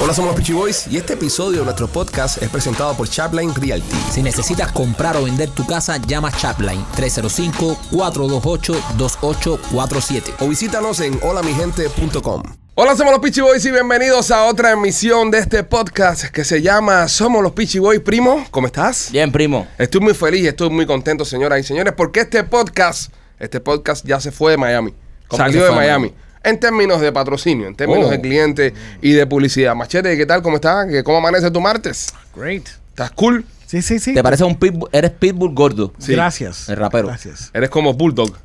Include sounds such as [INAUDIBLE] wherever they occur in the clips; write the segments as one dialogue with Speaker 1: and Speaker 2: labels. Speaker 1: Hola, somos los Peachy Boys y este episodio de nuestro podcast es presentado por Chapline Realty.
Speaker 2: Si necesitas comprar o vender tu casa, llama Chapline 305-428-2847.
Speaker 1: O visítanos en holamigente.com. Hola, somos los Peachy Boys y bienvenidos a otra emisión de este podcast que se llama Somos los Peachy Boys. Primo, ¿cómo estás?
Speaker 3: Bien, primo.
Speaker 1: Estoy muy feliz, estoy muy contento, señoras y señores, porque este podcast, este podcast ya se fue de Miami.
Speaker 3: ¿Cómo
Speaker 1: Salió
Speaker 3: que
Speaker 1: de
Speaker 3: fue,
Speaker 1: Miami. En términos de patrocinio, en términos
Speaker 3: Oh.
Speaker 1: de cliente y de publicidad. Machete, ¿qué tal? ¿Cómo estás? ¿Qué- ¿Cómo amanece tu martes?
Speaker 4: Great.
Speaker 1: ¿Estás cool?
Speaker 4: Sí, sí, sí.
Speaker 3: Te parece un pitbull, eres pitbull gordo.
Speaker 1: Sí.
Speaker 4: Gracias.
Speaker 3: El rapero.
Speaker 4: Gracias.
Speaker 1: Eres como Bulldog.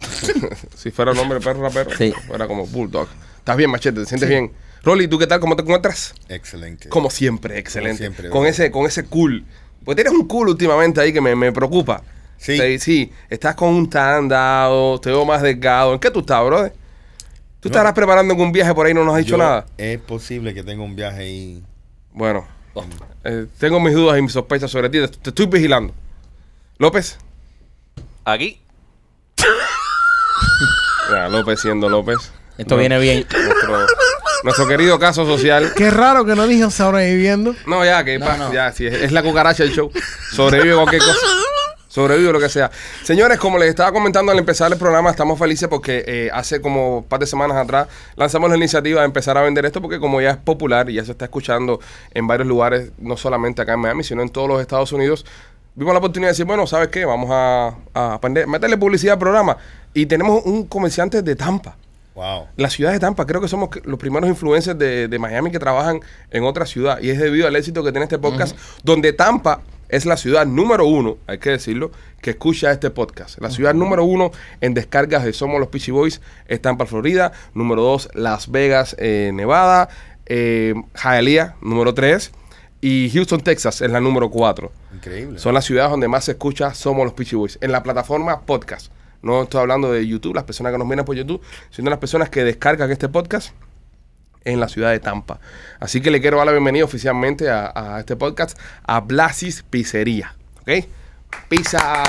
Speaker 1: [LAUGHS] si fuera un hombre perro rapero,
Speaker 3: Sí.
Speaker 1: fuera como Bulldog. ¿Estás bien, Machete? ¿Te sientes bien? Rolly, ¿tú qué tal? ¿Cómo te encuentras?
Speaker 5: Excelente.
Speaker 1: Como siempre, excelente.
Speaker 5: siempre,
Speaker 1: con,
Speaker 5: bro.
Speaker 1: ese, con ese cool. Pues tienes un cool últimamente ahí que me, me preocupa.
Speaker 5: Sí.
Speaker 1: Te- sí, estás con un tan dado, te veo más delgado. ¿En qué tú estás, brother? ¿Tú estarás preparando algún viaje por ahí no nos has dicho
Speaker 5: Yo-
Speaker 1: nada?
Speaker 5: Es posible que tenga un viaje ahí.
Speaker 1: Bueno, eh, tengo mis dudas y mis sospechas sobre ti. Te, te estoy vigilando. López.
Speaker 6: Aquí.
Speaker 1: Ya, López siendo López.
Speaker 3: Esto
Speaker 1: No,
Speaker 3: viene bien.
Speaker 1: Nuestro, nuestro querido caso social.
Speaker 4: Qué raro que no dijo sobreviviendo.
Speaker 1: No, ya, que pa- ya, sí, es, es la cucaracha el show. Sobrevive cualquier cosa. Sobrevive lo que sea. Señores, como les estaba comentando al empezar el programa, estamos felices porque eh, hace como un par de semanas atrás lanzamos la iniciativa de empezar a vender esto porque como ya es popular y ya se está escuchando en varios lugares, no solamente acá en Miami, sino en todos los Estados Unidos, vimos la oportunidad de decir, bueno, ¿sabes qué? Vamos a, a poner- meterle publicidad al programa. Y tenemos un comerciante de Tampa.
Speaker 5: Wow.
Speaker 1: La ciudad de Tampa, creo que somos que- los primeros influencers de, de Miami que trabajan en otra ciudad. Y es debido al éxito que tiene este podcast, donde Tampa es la ciudad número uno, hay que decirlo, que escucha este podcast. La ciudad número uno en descargas de Somos los Peachy Boys es Tampa, Florida. Número dos, Las Vegas, eh, Nevada. Eh, Hialeah, número tres. Y Houston, Texas es la número cuatro.
Speaker 5: Increíble.
Speaker 1: Son las ciudades donde más se escucha Somos los Peachy Boys. En la plataforma podcast. No estoy hablando de YouTube, las personas que nos miran por YouTube, sino las personas que descargan este podcast en la ciudad de Tampa. Así que le quiero dar la bienvenida oficialmente a, a este podcast a Blasis Pizzería. ¿Ok? Pizza.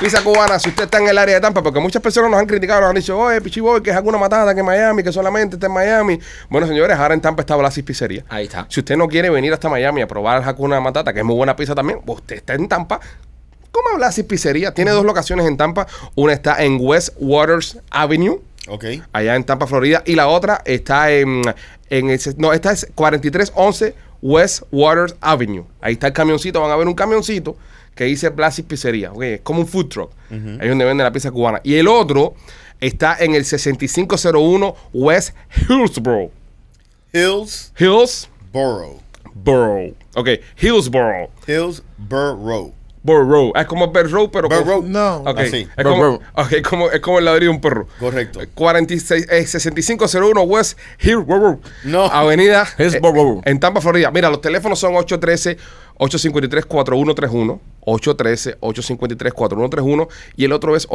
Speaker 1: Pizza cubana, si usted está en el área de Tampa, porque muchas personas nos han criticado, nos han dicho, oye, Pichiboy, que es alguna matata que en Miami, que solamente está en Miami. Bueno, señores, ahora en Tampa está Blasis Pizzería.
Speaker 3: Ahí está.
Speaker 1: Si usted no quiere venir hasta Miami a probar el Hakuna Matata, que es muy buena pizza también, pues, usted está en Tampa. ¿Cómo hablas y pizzería? Tiene dos locaciones en Tampa. Una está en West Waters Avenue,
Speaker 5: Ok.
Speaker 1: allá en Tampa, Florida, y la otra está en, en el se- no, esta es 4311 West Waters Avenue. Ahí está el camioncito, van a ver un camioncito que dice Blasis Pizzería, ok, es como un food truck, ahí es donde venden la pizza cubana. Y el otro está en el 6501 West Hillsboro.
Speaker 5: Hillsboro.
Speaker 1: Hills Borough. Ok, Hillsborough.
Speaker 5: Hillsboro.
Speaker 1: Borough. Ah, Es como Borough, pero. con-
Speaker 5: Borough.
Speaker 4: No.
Speaker 1: Ok,
Speaker 5: Así.
Speaker 1: Es, como,
Speaker 3: Borough.
Speaker 1: ok, es como, es como el ladrillo de un perro.
Speaker 5: Correcto.
Speaker 1: 46, eh, 6501 West Hillsborough.
Speaker 5: No. [LAUGHS]
Speaker 1: Avenida.
Speaker 3: Hillsborough.
Speaker 1: eh, en Tampa, Florida. Mira, los teléfonos son 813-853-4131. 813-853-4131. Y el otro es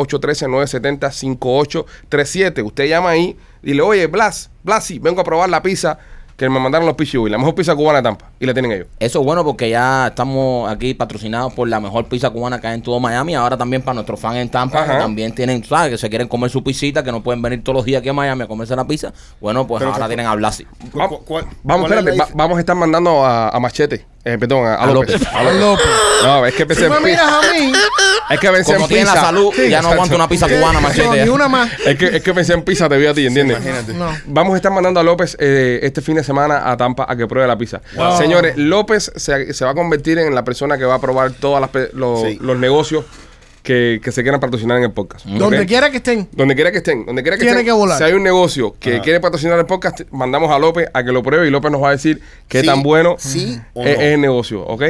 Speaker 1: 813-970-5837. Usted llama ahí. Dile, oye, Blas, Blasi, vengo a probar la pizza que me mandaron los Pichiboy. La mejor pizza cubana de Tampa. Y la tienen ellos.
Speaker 3: Eso es bueno porque ya estamos aquí patrocinados por la mejor pizza cubana que hay en todo Miami. Ahora también para nuestros fans en Tampa,
Speaker 1: Ajá.
Speaker 3: que también tienen, ¿sabes? Que se quieren comer su pisita, que no pueden venir todos los días aquí a Miami a comerse la pizza. Bueno, pues
Speaker 5: Pero
Speaker 3: ahora
Speaker 5: que-
Speaker 3: tienen a Blasi.
Speaker 5: ¿Cu- cu- cuál-
Speaker 1: Vamos,
Speaker 5: cuál es la
Speaker 1: espérate, va-
Speaker 5: dif-
Speaker 1: vamos a estar mandando a, a Machete, eh, perdón, a, a
Speaker 3: A
Speaker 1: López.
Speaker 3: López.
Speaker 1: A López. No, es que pensé
Speaker 5: Pues
Speaker 4: Tú me
Speaker 1: en
Speaker 4: miras
Speaker 1: pizza.
Speaker 4: a
Speaker 5: [LAUGHS]
Speaker 4: mí.
Speaker 1: Es que pensé en
Speaker 3: Como tiene la
Speaker 1: pizza.
Speaker 3: salud,
Speaker 1: Sí,
Speaker 3: ya no
Speaker 1: exacto.
Speaker 3: aguanta una pizza cubana,
Speaker 4: No,
Speaker 3: machete.
Speaker 4: ni una más.
Speaker 1: Es que, es que pensé en pizza, te vi a ti, ¿entiendes?
Speaker 5: Imagínate.
Speaker 4: No.
Speaker 1: Vamos a estar mandando a López eh, este fin de semana a Tampa a que pruebe la pizza. Señores, López se, se va a convertir en la persona que va a probar todos los,
Speaker 5: Sí.
Speaker 1: los negocios que, que se quieran patrocinar en el podcast.
Speaker 4: Donde
Speaker 1: ¿ok?
Speaker 4: quiera que estén.
Speaker 1: Donde quiera que estén, donde quiera que
Speaker 4: Tiene
Speaker 1: estén,
Speaker 4: que volar.
Speaker 1: si hay un negocio que
Speaker 5: Ajá.
Speaker 1: quiere patrocinar el podcast, mandamos a López a que lo pruebe y López nos va a decir qué
Speaker 5: Sí,
Speaker 1: tan bueno Eh,
Speaker 5: sí o
Speaker 1: es,
Speaker 5: no.
Speaker 1: es el negocio, ¿ok?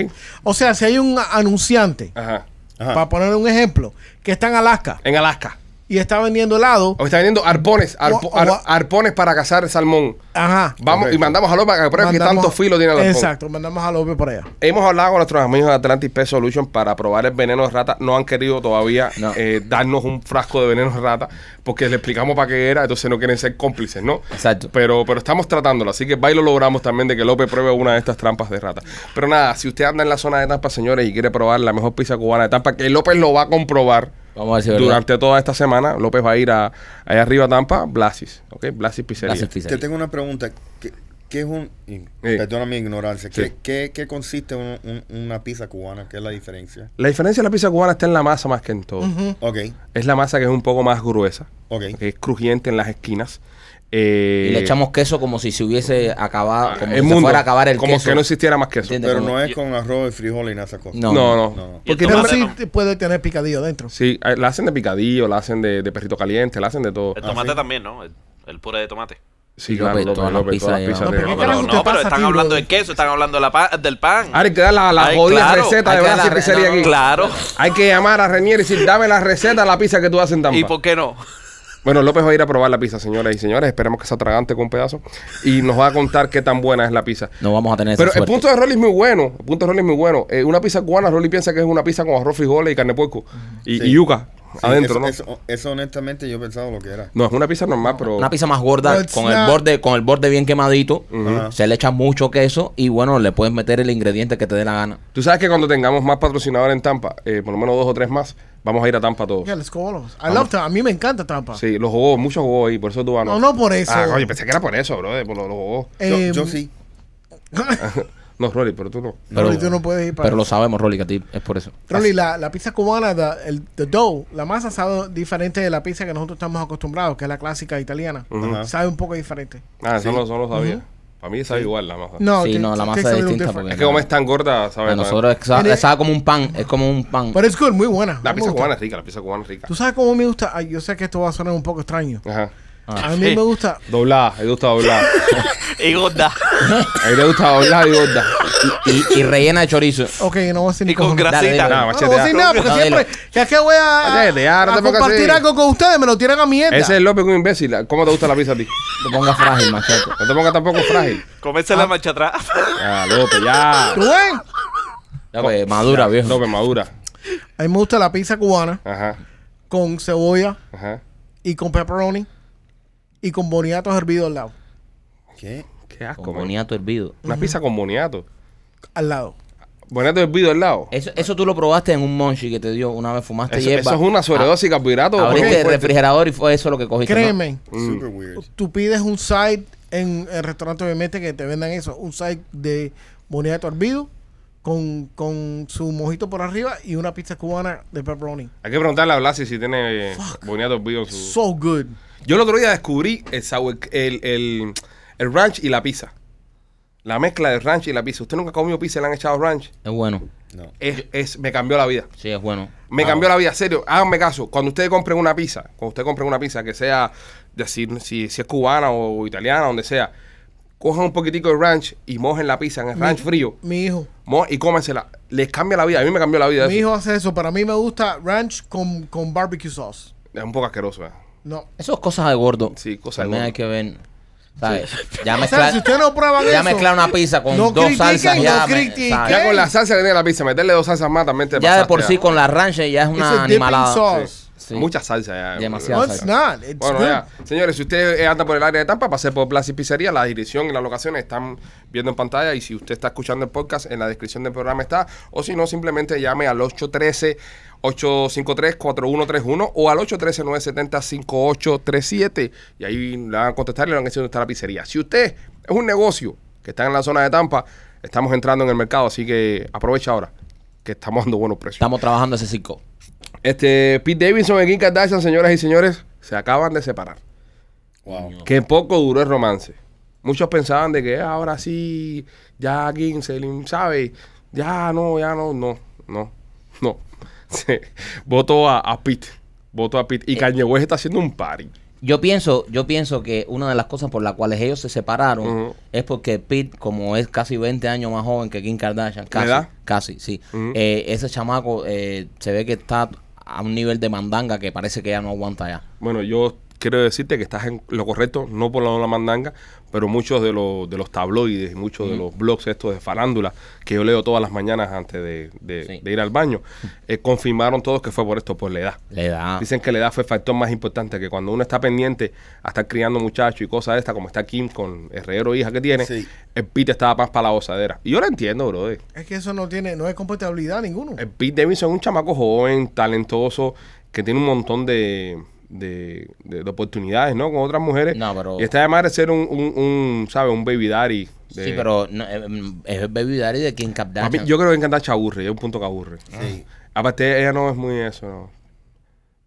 Speaker 4: O sea, si hay un anunciante,
Speaker 1: Ajá.
Speaker 5: Ajá.
Speaker 4: para poner un ejemplo, que está en Alaska
Speaker 1: En Alaska.
Speaker 4: y está vendiendo helado.
Speaker 1: O está vendiendo arpones, arpo-
Speaker 4: O- o-
Speaker 1: ar- arpones para cazar salmón.
Speaker 4: Ajá.
Speaker 1: Vamos
Speaker 5: Correcto.
Speaker 1: y mandamos a López a que pruebe que
Speaker 4: Mandamos-
Speaker 1: tanto filo tiene el arpón.
Speaker 4: Exacto, mandamos a López por allá.
Speaker 1: Hemos hablado con nuestros amigos de Atlantic Pest Solution para probar el veneno de rata. No han querido todavía
Speaker 3: No.
Speaker 1: eh, darnos un frasco de veneno de rata porque le explicamos para qué era, entonces no quieren ser cómplices, ¿no?
Speaker 3: Exacto.
Speaker 1: Pero, pero estamos tratándolo, así que ahí lo logramos también de que López pruebe una de estas trampas de rata. Pero nada, si usted anda en la zona de Tampa, señores, y quiere probar la mejor pizza cubana de Tampa, que López lo va a comprobar.
Speaker 3: Vamos a ver si es verdad.
Speaker 1: Durante toda esta semana, López va a ir a, allá arriba a Tampa, Blasis, ¿ok? Blasis Pizzería.
Speaker 3: Blasis Pizzería.
Speaker 5: Te tengo una pregunta. ¿Qué, ¿Qué es un. y Perdona mi ignorancia. ¿Qué,
Speaker 1: Sí.
Speaker 5: qué, qué consiste un- un- una pizza cubana? ¿Qué es la diferencia?
Speaker 1: La diferencia de la pizza cubana está en la masa más que en todo.
Speaker 4: Mm.
Speaker 5: Ok,
Speaker 1: Es la masa que es un poco más gruesa,
Speaker 5: ok.
Speaker 1: que es crujiente en las esquinas.
Speaker 3: Y
Speaker 1: Eh,
Speaker 3: le echamos queso como si se hubiese acabado, como
Speaker 1: el
Speaker 3: si se
Speaker 1: mundo,
Speaker 3: fuera a acabar el
Speaker 1: como
Speaker 3: queso.
Speaker 1: que no existiera más queso.
Speaker 3: ¿Entiendes?
Speaker 5: Pero
Speaker 3: Como-
Speaker 5: no es con arroz y frijoles y nada de esas cosas.
Speaker 3: No.
Speaker 1: No, no.
Speaker 5: No, no.
Speaker 6: Y el
Speaker 4: Pero
Speaker 6: tomate
Speaker 4: sí
Speaker 6: tam-
Speaker 4: te- puede tener picadillo dentro.
Speaker 1: Sí, eh, la hacen de picadillo, la hacen de, de perrito caliente, la hacen de todo.
Speaker 6: El tomate también, ¿no? El, el puré de tomate.
Speaker 1: Sí, claro,
Speaker 3: López,
Speaker 1: López,
Speaker 3: todas las
Speaker 1: López, todas las
Speaker 3: pizzas
Speaker 1: pizzas.
Speaker 3: llevan-
Speaker 1: de-
Speaker 4: No,
Speaker 6: No,
Speaker 4: ¿Qué carajo
Speaker 6: pero,
Speaker 4: te
Speaker 6: no, pero
Speaker 4: pasa a
Speaker 6: están
Speaker 4: ti,
Speaker 6: hablando
Speaker 4: brother?
Speaker 6: del queso, están hablando de la pa- del pan.
Speaker 1: Ahora hay que dar la, la
Speaker 6: Ay,
Speaker 1: jodida
Speaker 6: claro,
Speaker 1: receta
Speaker 3: hay
Speaker 1: de
Speaker 3: que
Speaker 1: Brasil
Speaker 3: dar la-
Speaker 1: Pizzería
Speaker 3: no, no,
Speaker 1: aquí. [LAUGHS]
Speaker 6: Claro.
Speaker 1: Hay que llamar a Renier y decir, dame la receta de la pizza que tú haces en Tampa.
Speaker 6: ¿Y por qué no? [LAUGHS]
Speaker 1: Bueno, López va a ir a probar la pizza, señoras y señores. Esperemos que se atragante con un pedazo. Y nos va a contar qué tan buena es la pizza.
Speaker 3: No vamos a tener esa
Speaker 1: Pero el
Speaker 3: suerte.
Speaker 1: punto de Rolly es muy bueno. El punto de Rolly es muy bueno. Eh, una pizza cubana, Rolly piensa que es una pizza con arroz, frijoles y carne de puerco. Y,
Speaker 5: Sí.
Speaker 1: y yuca
Speaker 5: Sí,
Speaker 1: adentro,
Speaker 5: eso,
Speaker 1: ¿no?
Speaker 5: Eso, eso honestamente yo pensaba lo que era.
Speaker 1: No, es una pizza normal, pero...
Speaker 3: Una pizza más gorda,
Speaker 4: Pero it's
Speaker 3: con el
Speaker 4: not-
Speaker 3: borde, con el borde bien quemadito.
Speaker 1: Mm.
Speaker 5: Ajá.
Speaker 3: Se le echa mucho queso y bueno, le puedes meter el ingrediente que te dé la gana.
Speaker 1: Tú sabes que cuando tengamos más patrocinadores en Tampa, eh, por lo menos dos o tres más, vamos a ir a Tampa todos.
Speaker 4: Yeah, let's go, vamos. I love Tampa. A mí me encanta Tampa.
Speaker 1: Sí, los jugó, muchos jugó ahí, por eso tú vas.
Speaker 4: No, no por eso.
Speaker 1: Ah, coño, pensé que era por eso, bro, por los, los jugó.
Speaker 5: Yo,
Speaker 4: Em, [LAUGHS]
Speaker 5: yo sí.
Speaker 1: No, Rolly, pero tú no.
Speaker 4: Rolly,
Speaker 3: Pero-
Speaker 4: tú no puedes ir para
Speaker 3: Pero lo sabemos, Rolly, que a ti es por eso.
Speaker 4: Rolly, la, la pizza cubana, the, el, the dough, la masa sabe diferente de la pizza que nosotros estamos acostumbrados, que es la clásica italiana.
Speaker 5: Ajá.
Speaker 4: Sabe un poco diferente.
Speaker 1: Ah, eso
Speaker 5: Sí.
Speaker 1: no, eso no lo sabía. Para mí sabe igual la masa.
Speaker 4: No,
Speaker 3: sí,
Speaker 4: ta-
Speaker 3: no, la
Speaker 4: ta-
Speaker 3: masa
Speaker 4: tastes a
Speaker 3: es
Speaker 4: little
Speaker 3: distinta
Speaker 4: different.
Speaker 3: porque
Speaker 1: Es que como es tan gorda,
Speaker 3: a
Speaker 1: ¿sabes?
Speaker 3: nosotros es- sabe, sabe como un pan, es como un pan.
Speaker 4: But it's good, muy buena.
Speaker 1: La
Speaker 4: Me
Speaker 1: pizza
Speaker 4: gusta.
Speaker 1: cubana es rica, la pizza cubana es rica.
Speaker 4: ¿Tú sabes cómo me gusta? Ay, yo sé que esto va a sonar un poco extraño.
Speaker 1: Ajá.
Speaker 4: A mí me gusta.
Speaker 1: Doblada, a él le gusta doblada. [LAUGHS]
Speaker 6: Y gorda.
Speaker 1: a él le gusta doblada y gorda.
Speaker 3: Y, y rellena de chorizo.
Speaker 4: Ok, no voy a decir ni
Speaker 6: Y con
Speaker 4: cojones.
Speaker 3: Dale, dale,
Speaker 6: grasita.
Speaker 1: Nada,
Speaker 3: dale.
Speaker 4: No, no voy a
Speaker 1: machete.
Speaker 4: decir
Speaker 1: ah,
Speaker 4: nada porque
Speaker 3: No,
Speaker 4: siempre. Que es que voy a,
Speaker 1: Cállate, ya, no
Speaker 4: a
Speaker 1: te pongas
Speaker 4: compartir
Speaker 1: así.
Speaker 4: algo con ustedes, me lo tiran a mierda.
Speaker 1: Ese es López, un imbécil. ¿Cómo te gusta la pizza a ti?
Speaker 3: No te pongas frágil, machete.
Speaker 1: No te pongas tampoco [LAUGHS] frágil.
Speaker 6: Comerse la marcha atrás. [LAUGHS]
Speaker 1: Ya, López, ya.
Speaker 4: ¿Tú ves?
Speaker 3: Ya, pues, madura, viejo.
Speaker 1: López, madura.
Speaker 4: A mí me gusta la pizza cubana
Speaker 1: Ajá,
Speaker 4: con cebolla
Speaker 1: ajá.
Speaker 4: y con pepperoni y con boniatos hervidos al lado.
Speaker 5: ¿Qué?
Speaker 1: Qué asco,
Speaker 3: Con
Speaker 1: man.
Speaker 3: boniato hervido.
Speaker 1: Una pizza con boniato.
Speaker 4: Al lado.
Speaker 1: Boniato hervido al lado.
Speaker 3: Eso, eso tú lo probaste en un monchi que te dio una vez fumaste
Speaker 1: Eso,
Speaker 3: Este hierba. Ah,
Speaker 1: eso es una sobredosis de carbohidratos.
Speaker 3: Abriste
Speaker 1: porque-
Speaker 3: el refrigerador y fue eso lo que cogiste. ¿no?
Speaker 4: Créeme,
Speaker 1: Mm.
Speaker 5: Super weird.
Speaker 4: tú pides un side en el restaurante, obviamente, que te vendan eso. Un side de boniato hervido con, con su mojito por arriba y una pizza cubana de pepperoni.
Speaker 1: Hay que preguntarle a Blasi si tiene eh, boniato hervido en su...
Speaker 4: So good.
Speaker 1: Yo el otro día descubrí el, sour- el, el- el ranch y la pizza. La mezcla del ranch y la pizza. Usted nunca ha comido pizza y le han echado ranch.
Speaker 3: Es bueno.
Speaker 5: No.
Speaker 1: Es, es- me cambió la vida.
Speaker 3: Sí, es bueno.
Speaker 1: Me cambió la vida, serio. Háganme caso. Cuando ustedes compren una pizza, cuando ustedes compren una pizza que sea, de si, si, si es cubana o, italiana, donde sea, cojan un poquitico de ranch y mojen la pizza en el ranch frío
Speaker 4: Mi hijo.
Speaker 1: mo- y cómensela. Les cambia la vida. A mí me cambió la vida.
Speaker 4: Mi
Speaker 1: eso.
Speaker 4: hijo hace eso. Para mí me gusta ranch con, con barbecue sauce.
Speaker 1: Es un poco asqueroso. eh.
Speaker 4: No.
Speaker 3: Eso es cosa de gordo.
Speaker 1: Sí, cosa de
Speaker 3: También
Speaker 1: gordo.
Speaker 3: hay que ver. ¿Sabes? Ya
Speaker 4: O sea,
Speaker 3: mezclar,
Speaker 4: si ustedes no prueban
Speaker 3: ya
Speaker 4: eso.
Speaker 3: mezclar una pizza con
Speaker 4: No
Speaker 3: dos
Speaker 4: critiquen,
Speaker 3: salsas.
Speaker 4: no
Speaker 3: ya, me-
Speaker 4: critiquen.
Speaker 3: ¿sabes?
Speaker 1: Ya con la salsa que tiene la pizza, meterle dos salsas más también te
Speaker 3: Ya de
Speaker 1: pasaste,
Speaker 3: por sí
Speaker 1: ya.
Speaker 3: con la ranch ya es
Speaker 4: It's a
Speaker 3: una
Speaker 4: dipping
Speaker 3: animalada.
Speaker 4: sauce.
Speaker 3: Sí.
Speaker 1: Mucha salsa ya. eh.
Speaker 3: Demasiada
Speaker 4: No,
Speaker 3: salsa.
Speaker 4: it's not. It's
Speaker 1: Bueno,
Speaker 4: good.
Speaker 1: ya. Señores, si usted eh, anda por el área de Tampa, pase por Plaza y Pizzería. La dirección y las locaciones están viendo en pantalla. Y si usted está escuchando el podcast, en la descripción del programa está. O si no, simplemente llame al 813-853-4131 o al 813-970-5837. Y ahí le van a contestar y le van a decir dónde está la pizzería. Si usted es un negocio que está en la zona de Tampa, estamos entrando en el mercado. Así que aprovecha ahora que estamos dando buenos precios.
Speaker 3: Estamos trabajando ese circo.
Speaker 1: Este, Pete Davidson y Kim Kardashian, señoras y señores, se acaban de separar.
Speaker 5: Wow.
Speaker 1: Que poco duró el romance. Muchos pensaban de que "Ah, ahora sí, ya Kim se lim- sabe, ya no, ya no, no, no, no. [LAUGHS] Se- Voto a, a Pete, voto a Pete. Y Kanye West está haciendo un party.
Speaker 3: Yo pienso, yo pienso que una de las cosas por las cuales ellos se separaron
Speaker 1: Ujú.
Speaker 3: es porque Pete, como es casi 20 años más joven que Kim Kardashian, casi,
Speaker 1: edad?
Speaker 3: casi, sí. eh, ese chamaco eh, se ve que está a un nivel de mandanga que parece que ya no aguanta ya.
Speaker 1: Bueno, yo quiero decirte que estás en lo correcto, no por la la mandanga, pero muchos de los, de los tabloides, y muchos de los blogs estos de farándula que yo leo todas las mañanas antes de, de-
Speaker 3: Sí.
Speaker 1: de ir al baño, eh, confirmaron todos que fue por esto, por la edad.
Speaker 3: Le da.
Speaker 1: Dicen que la edad fue el factor más importante, que cuando uno está pendiente a estar criando muchachos y cosas de estas, como está Kim con Herrero, hija que tiene,
Speaker 5: Sí.
Speaker 1: el Pete estaba más para la osadera. Y yo lo entiendo, brother.
Speaker 4: Es que eso no tiene, no es
Speaker 1: Eh,
Speaker 4: compatibilidad ninguno.
Speaker 1: El Pete Davidson es un chamaco joven, talentoso, que tiene un montón de, de, de- de oportunidades, ¿no? Con otras mujeres.
Speaker 3: No, pero-
Speaker 1: Y está de madre ser un, un, un, ¿sabes? Un baby daddy. de-
Speaker 3: Sí, pero no, eh, mm, es el baby daddy de Kim
Speaker 1: Papi,
Speaker 3: Kardashian.
Speaker 1: yo creo que Encantacha aburre, es un punto que aburre.
Speaker 5: Sí.
Speaker 1: Aparte, ella no es muy eso, ¿no?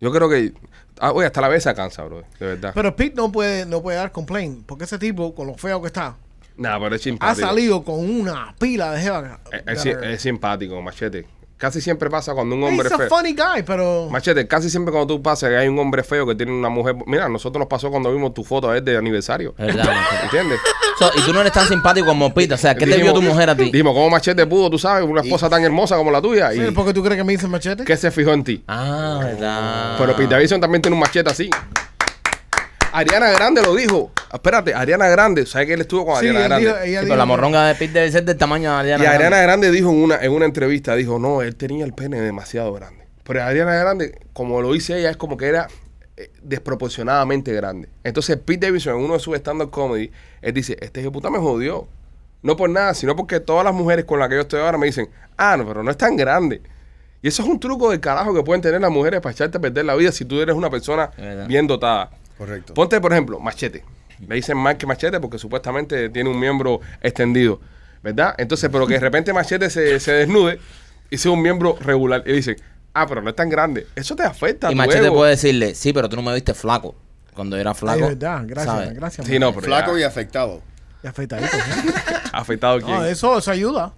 Speaker 1: Yo creo que... ah, oye, hasta la vez se cansa, bro, de verdad.
Speaker 4: Pero Pete no puede, no puede dar complaint, porque ese tipo, con lo feo que está,
Speaker 1: Nah, pero es
Speaker 4: ha
Speaker 1: simpático.
Speaker 4: salido con una pila de jeva.
Speaker 1: Es- Es, si- Eh, es simpático, machete. Casi siempre pasa cuando un hombre
Speaker 4: He's
Speaker 1: es feo.
Speaker 4: a funny guy, pero...
Speaker 1: Machete, casi siempre cuando tú pasas que hay un hombre feo que tiene una mujer... Mira, nosotros nos pasó cuando vimos tu foto a él de aniversario.
Speaker 3: Es verdad, Machete.
Speaker 1: ¿Entiendes?
Speaker 3: So, y tú no eres tan simpático como Pita. O sea, ¿qué te vio
Speaker 1: Dijimos-
Speaker 3: tu mujer a ti?
Speaker 1: Dijimos, ¿cómo Machete pudo, tú sabes, una esposa tan hermosa como la tuya?
Speaker 4: Sí,
Speaker 1: ¿Y
Speaker 4: ¿Por qué tú crees que me dicen machete?
Speaker 1: qué se fijó en ti?
Speaker 3: Ah, verdad.
Speaker 1: Pero Pete Davidson también tiene un machete así. Ariana Grande lo dijo. Espérate, Ariana Grande. ¿Sabes que él estuvo con
Speaker 4: Sí,
Speaker 1: Ariana
Speaker 4: él
Speaker 1: Grande?
Speaker 4: dijo- ella
Speaker 3: Sí,
Speaker 4: dijo-
Speaker 3: pero la morronga de Pete debe ser del tamaño de Ariana.
Speaker 1: y Ariana
Speaker 3: Grande.
Speaker 1: Grande, dijo en una, en una entrevista, dijo, no, él tenía el pene demasiado grande. Pero Ariana Grande, como lo dice ella, es como que era eh, desproporcionadamente grande. Entonces Pete Davidson, en uno de sus stand-up comedy, él dice, este hijo de puta me jodió. No por nada, sino porque todas las mujeres con las que yo estoy ahora me dicen, ah, no, pero no es tan grande. Y eso es un truco de carajo que pueden tener las mujeres para echarte a perder la vida si tú eres una persona
Speaker 3: Es verdad.
Speaker 1: bien dotada.
Speaker 5: Correcto.
Speaker 1: Ponte, por ejemplo, machete. Le dicen más que machete porque supuestamente tiene un miembro extendido, ¿verdad? Entonces, pero que de repente machete se, se desnude y sea un miembro regular. Y dicen, ah, pero no es tan grande. Eso te afecta. a
Speaker 3: Y
Speaker 1: tu
Speaker 3: Machete
Speaker 1: ego.
Speaker 3: puede decirle, sí, pero tú no me viste flaco. Cuando yo era
Speaker 4: Ay,
Speaker 3: flaco.
Speaker 4: verdad, gracias,
Speaker 3: ¿sabes?
Speaker 4: gracias.
Speaker 1: Sí, no, pero
Speaker 5: Flaco y
Speaker 1: ya.
Speaker 5: afectado.
Speaker 4: Y
Speaker 1: [LAUGHS]
Speaker 4: afeitadito, ¿eh?
Speaker 1: [LAUGHS] ¿Afectado quién?
Speaker 4: No, eso, eso ayuda.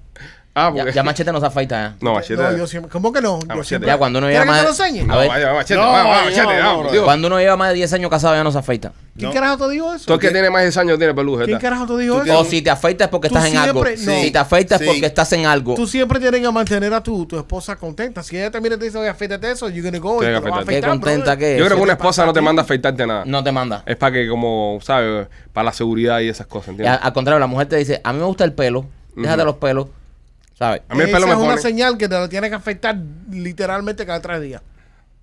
Speaker 1: ah,
Speaker 3: Ya,
Speaker 1: porque...
Speaker 3: ya Machete no se afeita ¿eh? ya.
Speaker 1: [LAUGHS] No, machete.
Speaker 4: No, yo siempre, ¿Cómo que no?
Speaker 1: Ah,
Speaker 4: Yo
Speaker 1: machete. Ah,
Speaker 4: siempre-
Speaker 3: Ya cuando uno lleva
Speaker 4: ¿Quieres que
Speaker 3: más.
Speaker 4: te lo enseñe?
Speaker 3: A ver,
Speaker 1: Vaya, machete,
Speaker 5: No,
Speaker 1: vamos, vamos,
Speaker 5: no,
Speaker 1: machete,
Speaker 5: no,
Speaker 1: vamos,
Speaker 5: no,
Speaker 1: tío.
Speaker 3: Cuando uno lleva más de 10 años casado ya no se afeita.
Speaker 4: ¿Quién
Speaker 5: No.
Speaker 4: carajo te dijo
Speaker 1: Tú
Speaker 4: eso?
Speaker 1: el que tiene más de 10 años tiene peluz,
Speaker 4: ¿Quién
Speaker 1: ¿verdad?
Speaker 4: carajo te dijo
Speaker 3: O
Speaker 4: eso?
Speaker 3: si te afeitas es porque
Speaker 4: Tú
Speaker 3: estás en algo.
Speaker 4: siempre- no.
Speaker 3: Si te afeitas
Speaker 5: Sí.
Speaker 3: es porque estás en algo.
Speaker 4: Tú siempre tienes que mantener a tu, tu esposa contenta. Si ella te mira y te dice, oye, afeítate eso, you're gonna go. y
Speaker 1: Tienes
Speaker 4: te
Speaker 1: que
Speaker 4: lo vas a
Speaker 1: afeitarte.
Speaker 3: Qué
Speaker 4: afeitar,
Speaker 3: contenta
Speaker 4: brother.
Speaker 3: que es.
Speaker 1: Yo creo que una
Speaker 4: te pasa
Speaker 1: esposa
Speaker 4: a
Speaker 1: no te
Speaker 4: ti?
Speaker 1: manda a afeitarte nada.
Speaker 3: No te
Speaker 4: Eh,
Speaker 3: manda.
Speaker 1: Es para que, como, ¿sabes? Para la seguridad y esas cosas,
Speaker 3: Y a-
Speaker 1: ¿entiendes?
Speaker 3: al contrario, la mujer te dice, a mí me gusta el pelo, déjate los pelos, ¿sabes?
Speaker 1: A mí el
Speaker 4: Esa
Speaker 1: pelo me
Speaker 4: es una
Speaker 1: pone.
Speaker 4: señal que te la tienes que afectar literalmente cada tres días.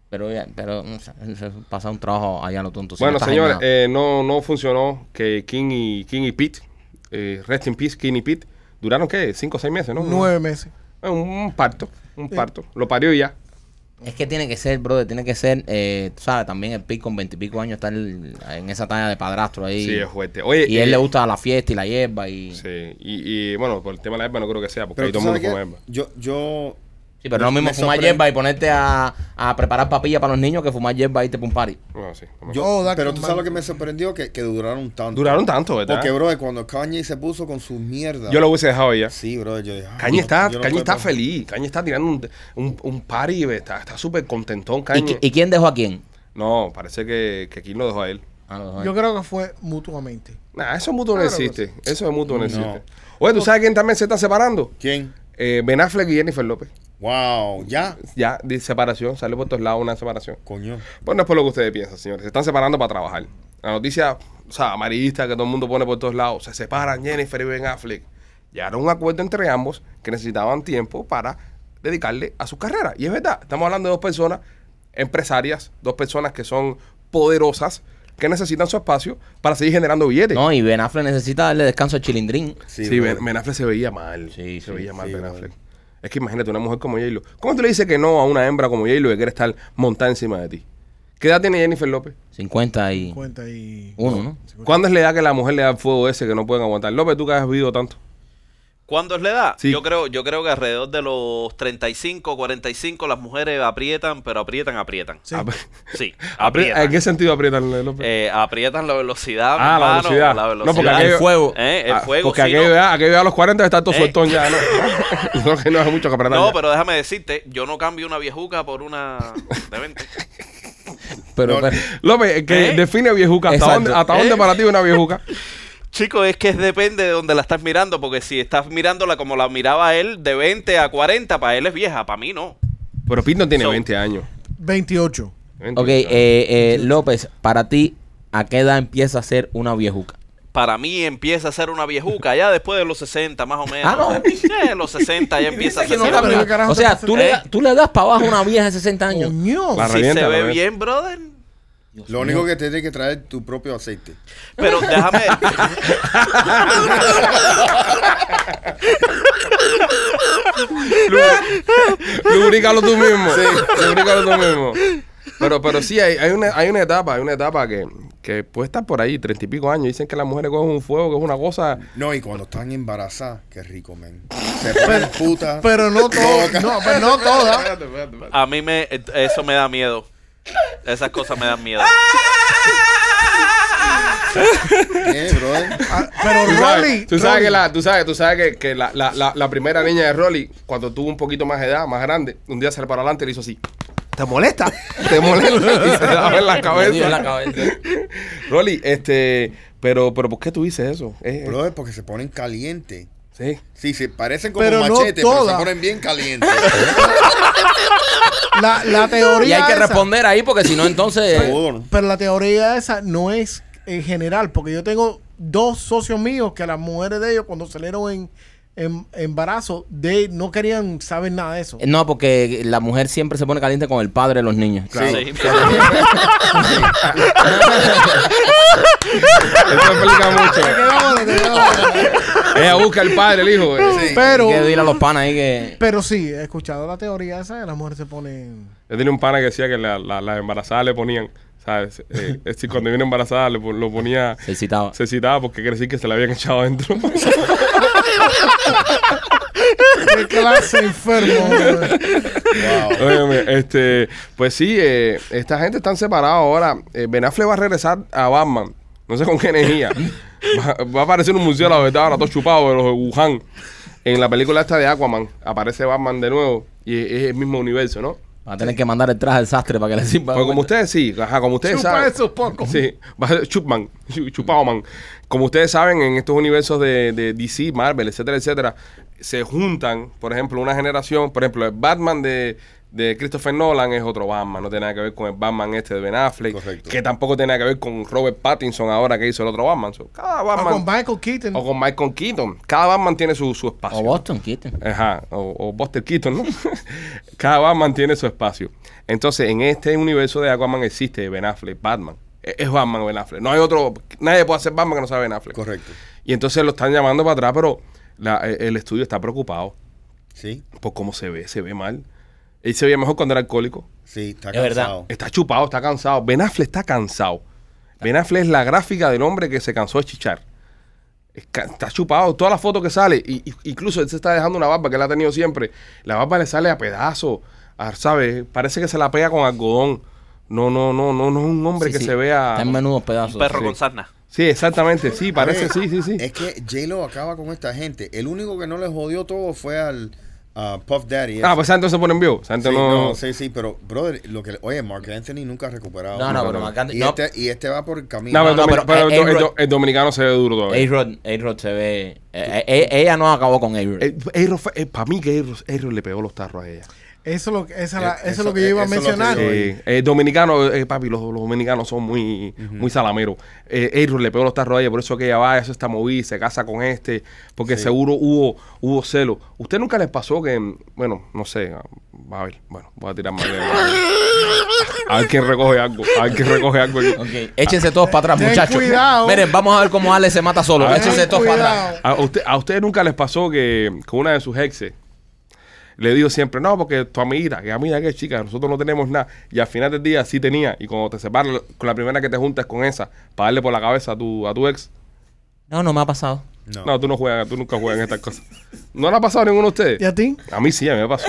Speaker 3: Pero, ya- pero no sé, eso pasa un trabajo allá lo tonto. si no
Speaker 1: Bueno,
Speaker 3: estás
Speaker 1: señores,
Speaker 3: en nada.
Speaker 1: eh, no, no funcionó que King y, King y Pete, eh, Rest in Peace, King y Pete, duraron qué, cinco o seis meses, ¿no?
Speaker 4: Nueve meses.
Speaker 1: Eh, Un, un parto, un parto. Lo parió y ya.
Speaker 3: Es que tiene que ser, brother, tiene que ser, eh, tú sabes, también el pico con veintipico años está en esa talla de padrastro ahí.
Speaker 1: Sí, es fuerte. Oye,
Speaker 3: Y
Speaker 1: eh,
Speaker 3: él le gusta la fiesta y la hierba y... Sí,
Speaker 1: Sí, y, y, bueno, por el tema de la herba no creo que sea, porque
Speaker 5: Pero
Speaker 1: ahí todo
Speaker 5: tú
Speaker 1: el mundo
Speaker 5: sabes
Speaker 1: come
Speaker 5: que
Speaker 1: herba.
Speaker 5: yo, yo...
Speaker 3: pero no es lo mismo
Speaker 5: me
Speaker 3: fumar
Speaker 5: sorprende.
Speaker 3: hierba y ponerte a, a preparar papilla para los niños que fumar hierba y te un party.
Speaker 1: Bueno, sí. no me-
Speaker 5: Yo,
Speaker 4: Oh, that
Speaker 5: pero
Speaker 4: can
Speaker 5: tú
Speaker 4: man-
Speaker 5: sabes lo que me sorprendió, que, que duraron tanto.
Speaker 1: Duraron tanto, ¿verdad?
Speaker 5: Porque, Oh, bro, cuando Kanye se puso con su mierda.
Speaker 1: yo lo hubiese dejado ya.
Speaker 5: Sí, bro, yo dije... ah,
Speaker 1: Cañi
Speaker 5: no,
Speaker 1: está,
Speaker 5: yo no
Speaker 1: Kanye
Speaker 5: puedo-
Speaker 1: está feliz. Cañi está tirando un, un, un party, ve, está está súper contentón,
Speaker 3: ¿Y,
Speaker 1: Cañi.
Speaker 3: qui- y quién dejó a quién?
Speaker 1: No, parece que, que King lo dejó a él.
Speaker 3: Ah, lo dejó a él.
Speaker 4: Yo creo que fue mutuamente.
Speaker 1: Nah, eso mutuo no
Speaker 4: Claro, pues.
Speaker 1: existe. Eso es mutuo no
Speaker 5: No.
Speaker 1: existe. Oye, ¿tú sabes quién también se está separando?
Speaker 5: ¿Quién?
Speaker 1: Eh, ben Affleck y Jennifer López.
Speaker 5: Wow, ya.
Speaker 1: Ya, de separación, sale por todos lados una separación.
Speaker 5: Coño.
Speaker 1: Pues no es por lo que ustedes piensan, señores. Se están separando para trabajar. La noticia, o sea, amarillista que todo el mundo pone por todos lados. Se separan Jennifer y Ben Affleck. Llegaron a un acuerdo entre ambos que necesitaban tiempo para dedicarle a sus carreras. Y es verdad, estamos hablando de dos personas empresarias, dos personas que son poderosas, que necesitan su espacio para seguir generando billetes.
Speaker 3: No, y Ben Affleck necesita darle descanso a Chilindrín.
Speaker 1: Sí,
Speaker 5: bro.
Speaker 1: ben, Ben Affleck se veía mal.
Speaker 3: Sí,
Speaker 1: se
Speaker 3: sí,
Speaker 1: veía mal
Speaker 5: sí,
Speaker 1: Ben
Speaker 5: bro.
Speaker 1: Affleck. Es que imagínate una mujer como J-Lo. ¿Cómo tú le dices que no a una hembra como J-Lo que quiere estar montada encima de ti? ¿Qué edad tiene Jennifer López?
Speaker 3: 50 y...
Speaker 4: Cuenta y...
Speaker 3: Uno, ¿no?
Speaker 1: ¿Cuándo es la edad que la mujer le da el fuego ese que no pueden aguantar? López, tú que has vivido tanto.
Speaker 6: ¿Cuándo es la edad?
Speaker 1: Sí.
Speaker 6: Yo creo, yo creo que alrededor de los 35, 45 las mujeres aprietan, pero aprietan, aprietan.
Speaker 4: Sí.
Speaker 1: A ver,
Speaker 6: Sí,
Speaker 1: [LAUGHS] apri- ¿En
Speaker 6: aprietan.
Speaker 1: qué sentido aprietan, López?
Speaker 6: Eh, aprietan la velocidad, mi
Speaker 1: Ah, la
Speaker 6: hermano,
Speaker 1: velocidad.
Speaker 6: la
Speaker 1: No, porque
Speaker 6: velocidad.
Speaker 1: aquello-
Speaker 3: El fuego.
Speaker 6: Eh, el
Speaker 1: Ah,
Speaker 6: fuego,
Speaker 1: Porque
Speaker 6: sí,
Speaker 1: aquello,
Speaker 6: no.
Speaker 1: ya- aquello ya a los 40 está todo
Speaker 6: Eh.
Speaker 1: sueltón ya, ¿no? no, que no es mucho que apretar.
Speaker 6: No,
Speaker 1: ya.
Speaker 6: pero déjame decirte, yo no cambio una viejuca por una de 20.
Speaker 3: Pero, pero-
Speaker 1: López, que
Speaker 6: Eh.
Speaker 1: define viejuca. ¿Hasta,
Speaker 3: Exacto.
Speaker 1: dónde, hasta dónde
Speaker 6: Eh.
Speaker 1: para ti una viejuca?
Speaker 6: [LAUGHS] Chico, es que es depende de donde la estás mirando, porque si estás mirándola como la miraba él, de 20 a 40, para él es vieja, para mí no.
Speaker 1: Pero Pete no tiene
Speaker 6: So-
Speaker 1: 20 años.
Speaker 4: 28.
Speaker 1: 20.
Speaker 3: Ok, eh, eh, López, para ti, ¿a qué edad empieza a ser una viejuca?
Speaker 6: Para mí empieza a ser una viejuca ya después de los 60, más o menos.
Speaker 3: Ah, no.
Speaker 6: Eh, los
Speaker 1: [LAUGHS]
Speaker 6: 60 ya empieza a ser.
Speaker 4: no
Speaker 6: una
Speaker 4: cambia.
Speaker 6: vieja.
Speaker 4: ¿qué carajo
Speaker 3: O sea,
Speaker 4: te
Speaker 3: tú le,
Speaker 6: pasa?
Speaker 3: da- tú le das para abajo a una vieja de 60 años.
Speaker 4: Coño.
Speaker 1: La
Speaker 6: si
Speaker 1: revienta,
Speaker 6: se
Speaker 1: la
Speaker 6: ve
Speaker 1: revienta.
Speaker 6: bien, brother.
Speaker 5: Lo único que te tiene que traer tu propio aceite.
Speaker 6: Pero déjame.
Speaker 1: Lubrícalo tú mismo. Lubrícalo tú mismo. Pero, pero sí, hay, hay una, hay una etapa, hay una etapa que, que puede estar por ahí, treinta y pico años. Dicen que las mujeres cogen un fuego, que es una cosa.
Speaker 5: No, y cuando están embarazadas, qué
Speaker 1: [LAUGHS]
Speaker 5: rico, men. Se ponen putas.
Speaker 4: Pero no todas. No, pero no todas.
Speaker 6: A mí me, eso me da miedo. Esas cosas me dan miedo.
Speaker 1: Ah,
Speaker 5: ¿Qué, brother?
Speaker 4: Ah, Pero
Speaker 1: Tú
Speaker 4: Rolly.
Speaker 1: sabes, tú sabes
Speaker 4: Rolly,
Speaker 1: que, la, tú sabes, tú sabes que, que la, la, la, la primera niña de Rolly, cuando tuvo un poquito más de edad, más grande, un día se le paró adelante y le hizo así.
Speaker 7: ¿Te molesta?
Speaker 1: Te molesta [LAUGHS] y se le daba en la
Speaker 3: Me dio en la
Speaker 1: cabeza.
Speaker 3: cabeza.
Speaker 1: Rolly, este, pero, pero ¿por qué tú dices eso? Eh, eh,
Speaker 5: Brother, porque se ponen caliente.
Speaker 1: sí.
Speaker 5: Sí, se parecen como
Speaker 4: Pero no
Speaker 5: machetes, pero se
Speaker 4: todas.
Speaker 5: ponen bien calientes.
Speaker 1: [LAUGHS]
Speaker 4: La, la teoría.
Speaker 3: Y hay que
Speaker 4: esa-
Speaker 3: responder ahí porque si no, entonces.
Speaker 5: Joder.
Speaker 4: Pero la teoría esa no es en general, porque yo tengo dos socios míos que las mujeres de ellos cuando salieron en, en- embarazo, de no querían saber nada de eso.
Speaker 3: No, porque la mujer siempre se pone caliente con el padre de los niños.
Speaker 6: Sí.
Speaker 1: Eso explica
Speaker 4: [LAUGHS]
Speaker 1: mucho. Ella busca el padre, el hijo. eh.
Speaker 5: Sí.
Speaker 4: Pero,
Speaker 3: Hay que decirle a los panas ahí que.
Speaker 4: pero sí, he escuchado la teoría esa de las mujeres se ponen...
Speaker 1: Yo tenía un pana que decía que la- la- las embarazadas le ponían, ¿sabes? Eh, es decir, cuando viene embarazada le pon- lo ponía,
Speaker 3: Se excitaba.
Speaker 1: se citaba porque quiere decir que se la habían echado adentro. [LAUGHS]
Speaker 4: ¿Qué clase de enfermo? hombre?
Speaker 5: Wow.
Speaker 1: Óyeme, este, pues sí, eh, esta gente están separada ahora. Eh, ben Affleck va a regresar a Batman. No sé con qué energía.
Speaker 3: [LAUGHS]
Speaker 1: Va, va a aparecer un museo, la verdad, ahora todo chupado de los de Wuhan. En la película esta de Aquaman aparece Batman de nuevo y es, es el mismo universo, ¿no?
Speaker 3: Va a tener que mandar el traje del sastre para que le sirva.
Speaker 1: Porque como ustedes sí, ajá, como ustedes
Speaker 4: Chupa
Speaker 1: saben.
Speaker 4: esos pocos.
Speaker 1: Sí, va a ser Chupman, chu- Chupao Man. Como ustedes saben, en estos universos de, de DC, Marvel, etcétera, etcétera, se juntan, por ejemplo, una generación, por ejemplo, el Batman de, de Christopher Nolan es otro Batman, no tiene nada que ver con el Batman este de Ben Affleck,
Speaker 5: Correcto.
Speaker 1: que tampoco tiene nada que ver con Robert Pattinson ahora que hizo el otro Batman. So, cada
Speaker 4: O
Speaker 1: Batman,
Speaker 4: con Michael Keaton.
Speaker 1: o con Michael Keaton, cada Batman tiene su, su espacio.
Speaker 3: O Boston, quiten.
Speaker 1: Ajá, o, o Buster Keaton, ¿no? [LAUGHS] Cada Batman tiene su espacio. Entonces, en este universo de Aquaman existe Ben Affleck, Batman. E- Es Batman o Ben Affleck. No hay otro, nadie puede hacer Batman que no sea Ben Affleck.
Speaker 5: Correcto.
Speaker 1: Y entonces lo están llamando para atrás, pero la- e- el estudio está preocupado
Speaker 5: Sí,
Speaker 1: por cómo se ve, se ve mal. Él se veía mejor cuando era alcohólico.
Speaker 5: sí, está
Speaker 3: Es verdad.
Speaker 5: cansado.
Speaker 1: Está chupado, está cansado. Ben Affleck está cansado. Ben Affleck es la gráfica del hombre que se cansó de chichar. Es ca- Está chupado. Todas las fotos que sale, y- y- incluso él se está dejando una barba que él ha tenido siempre. La barba le sale a pedazos. a- ¿Sabes? Parece que se la pega con algodón. No, no, no, no, no es un hombre
Speaker 3: Sí,
Speaker 1: que
Speaker 3: sí.
Speaker 1: se vea.
Speaker 3: Está en menudos pedazos.
Speaker 6: Un perro
Speaker 1: Sí.
Speaker 6: con sarna.
Speaker 1: Sí, exactamente. Sí, parece, sí, sí, sí.
Speaker 5: Es que J-Lo acaba con esta gente. El único que no le jodió todo fue al ah, Puff Daddy.
Speaker 1: Ah, pues Santos se pone en vivo.
Speaker 5: Sí,
Speaker 1: Santos
Speaker 5: no,
Speaker 1: no.
Speaker 5: sí, sí, pero, brother, lo que, oye, Mark Anthony nunca ha recuperado.
Speaker 3: No, no, pero Marc Anthony-
Speaker 5: Y,
Speaker 3: no.
Speaker 5: este, y este va por el camino.
Speaker 1: No, pero, el
Speaker 3: No, no,
Speaker 1: domin-
Speaker 3: pero
Speaker 1: pero el do- el,
Speaker 3: A-Rod-
Speaker 1: do- el dominicano se ve duro todavía.
Speaker 3: A-Rod, A-Rod se ve. eh, eh, ella no acabó con A-Rod.
Speaker 1: Eh, para mí que A-Rod A-Rod le pegó los tarros a ella.
Speaker 4: Eso es lo que, esa es la-
Speaker 5: Eh,
Speaker 4: eso es
Speaker 5: eso-
Speaker 4: lo que yo iba a
Speaker 5: eso es lo que
Speaker 4: mencionar.
Speaker 5: yo-
Speaker 1: Eh, eh, dominicano, eh, papi, los, los dominicanos son muy, muy salameros. Eh, Errol le pegó los tarros a ella, por eso que ella va, eso está movida, se casa con este, porque seguro hubo, hubo celo. ¿Usted nunca les pasó que, mm, bueno, no sé, ah, a ver, bueno, voy a tirar más de... A ver quién recoge algo, a ver quién recoge algo. aquí.
Speaker 3: Ok, Échense todos para atrás,
Speaker 4: Ten
Speaker 3: muchachos.
Speaker 4: cuidado.
Speaker 3: Miren, vamos a ver cómo Ale se mata solo.
Speaker 1: A ver.
Speaker 3: Échense
Speaker 4: Ten
Speaker 3: todos para atrás.
Speaker 4: cuidado.
Speaker 1: A, usted, a ustedes nunca les pasó que, que una de sus exes le dijo siempre, no, porque tu amiguita, que amiga que chica, nosotros no tenemos nada. Y al final del día sí tenía. Y cuando te separas, con la primera que te juntas con esa, para darle por la cabeza a tu, a tu ex.
Speaker 3: No, no me ha pasado.
Speaker 5: No.
Speaker 1: No. tú no juegas, tú nunca juegas en estas cosas. ¿No le ha pasado a ninguno de ustedes?
Speaker 4: ¿Y a ti?
Speaker 1: A mí sí, a mí me pasó.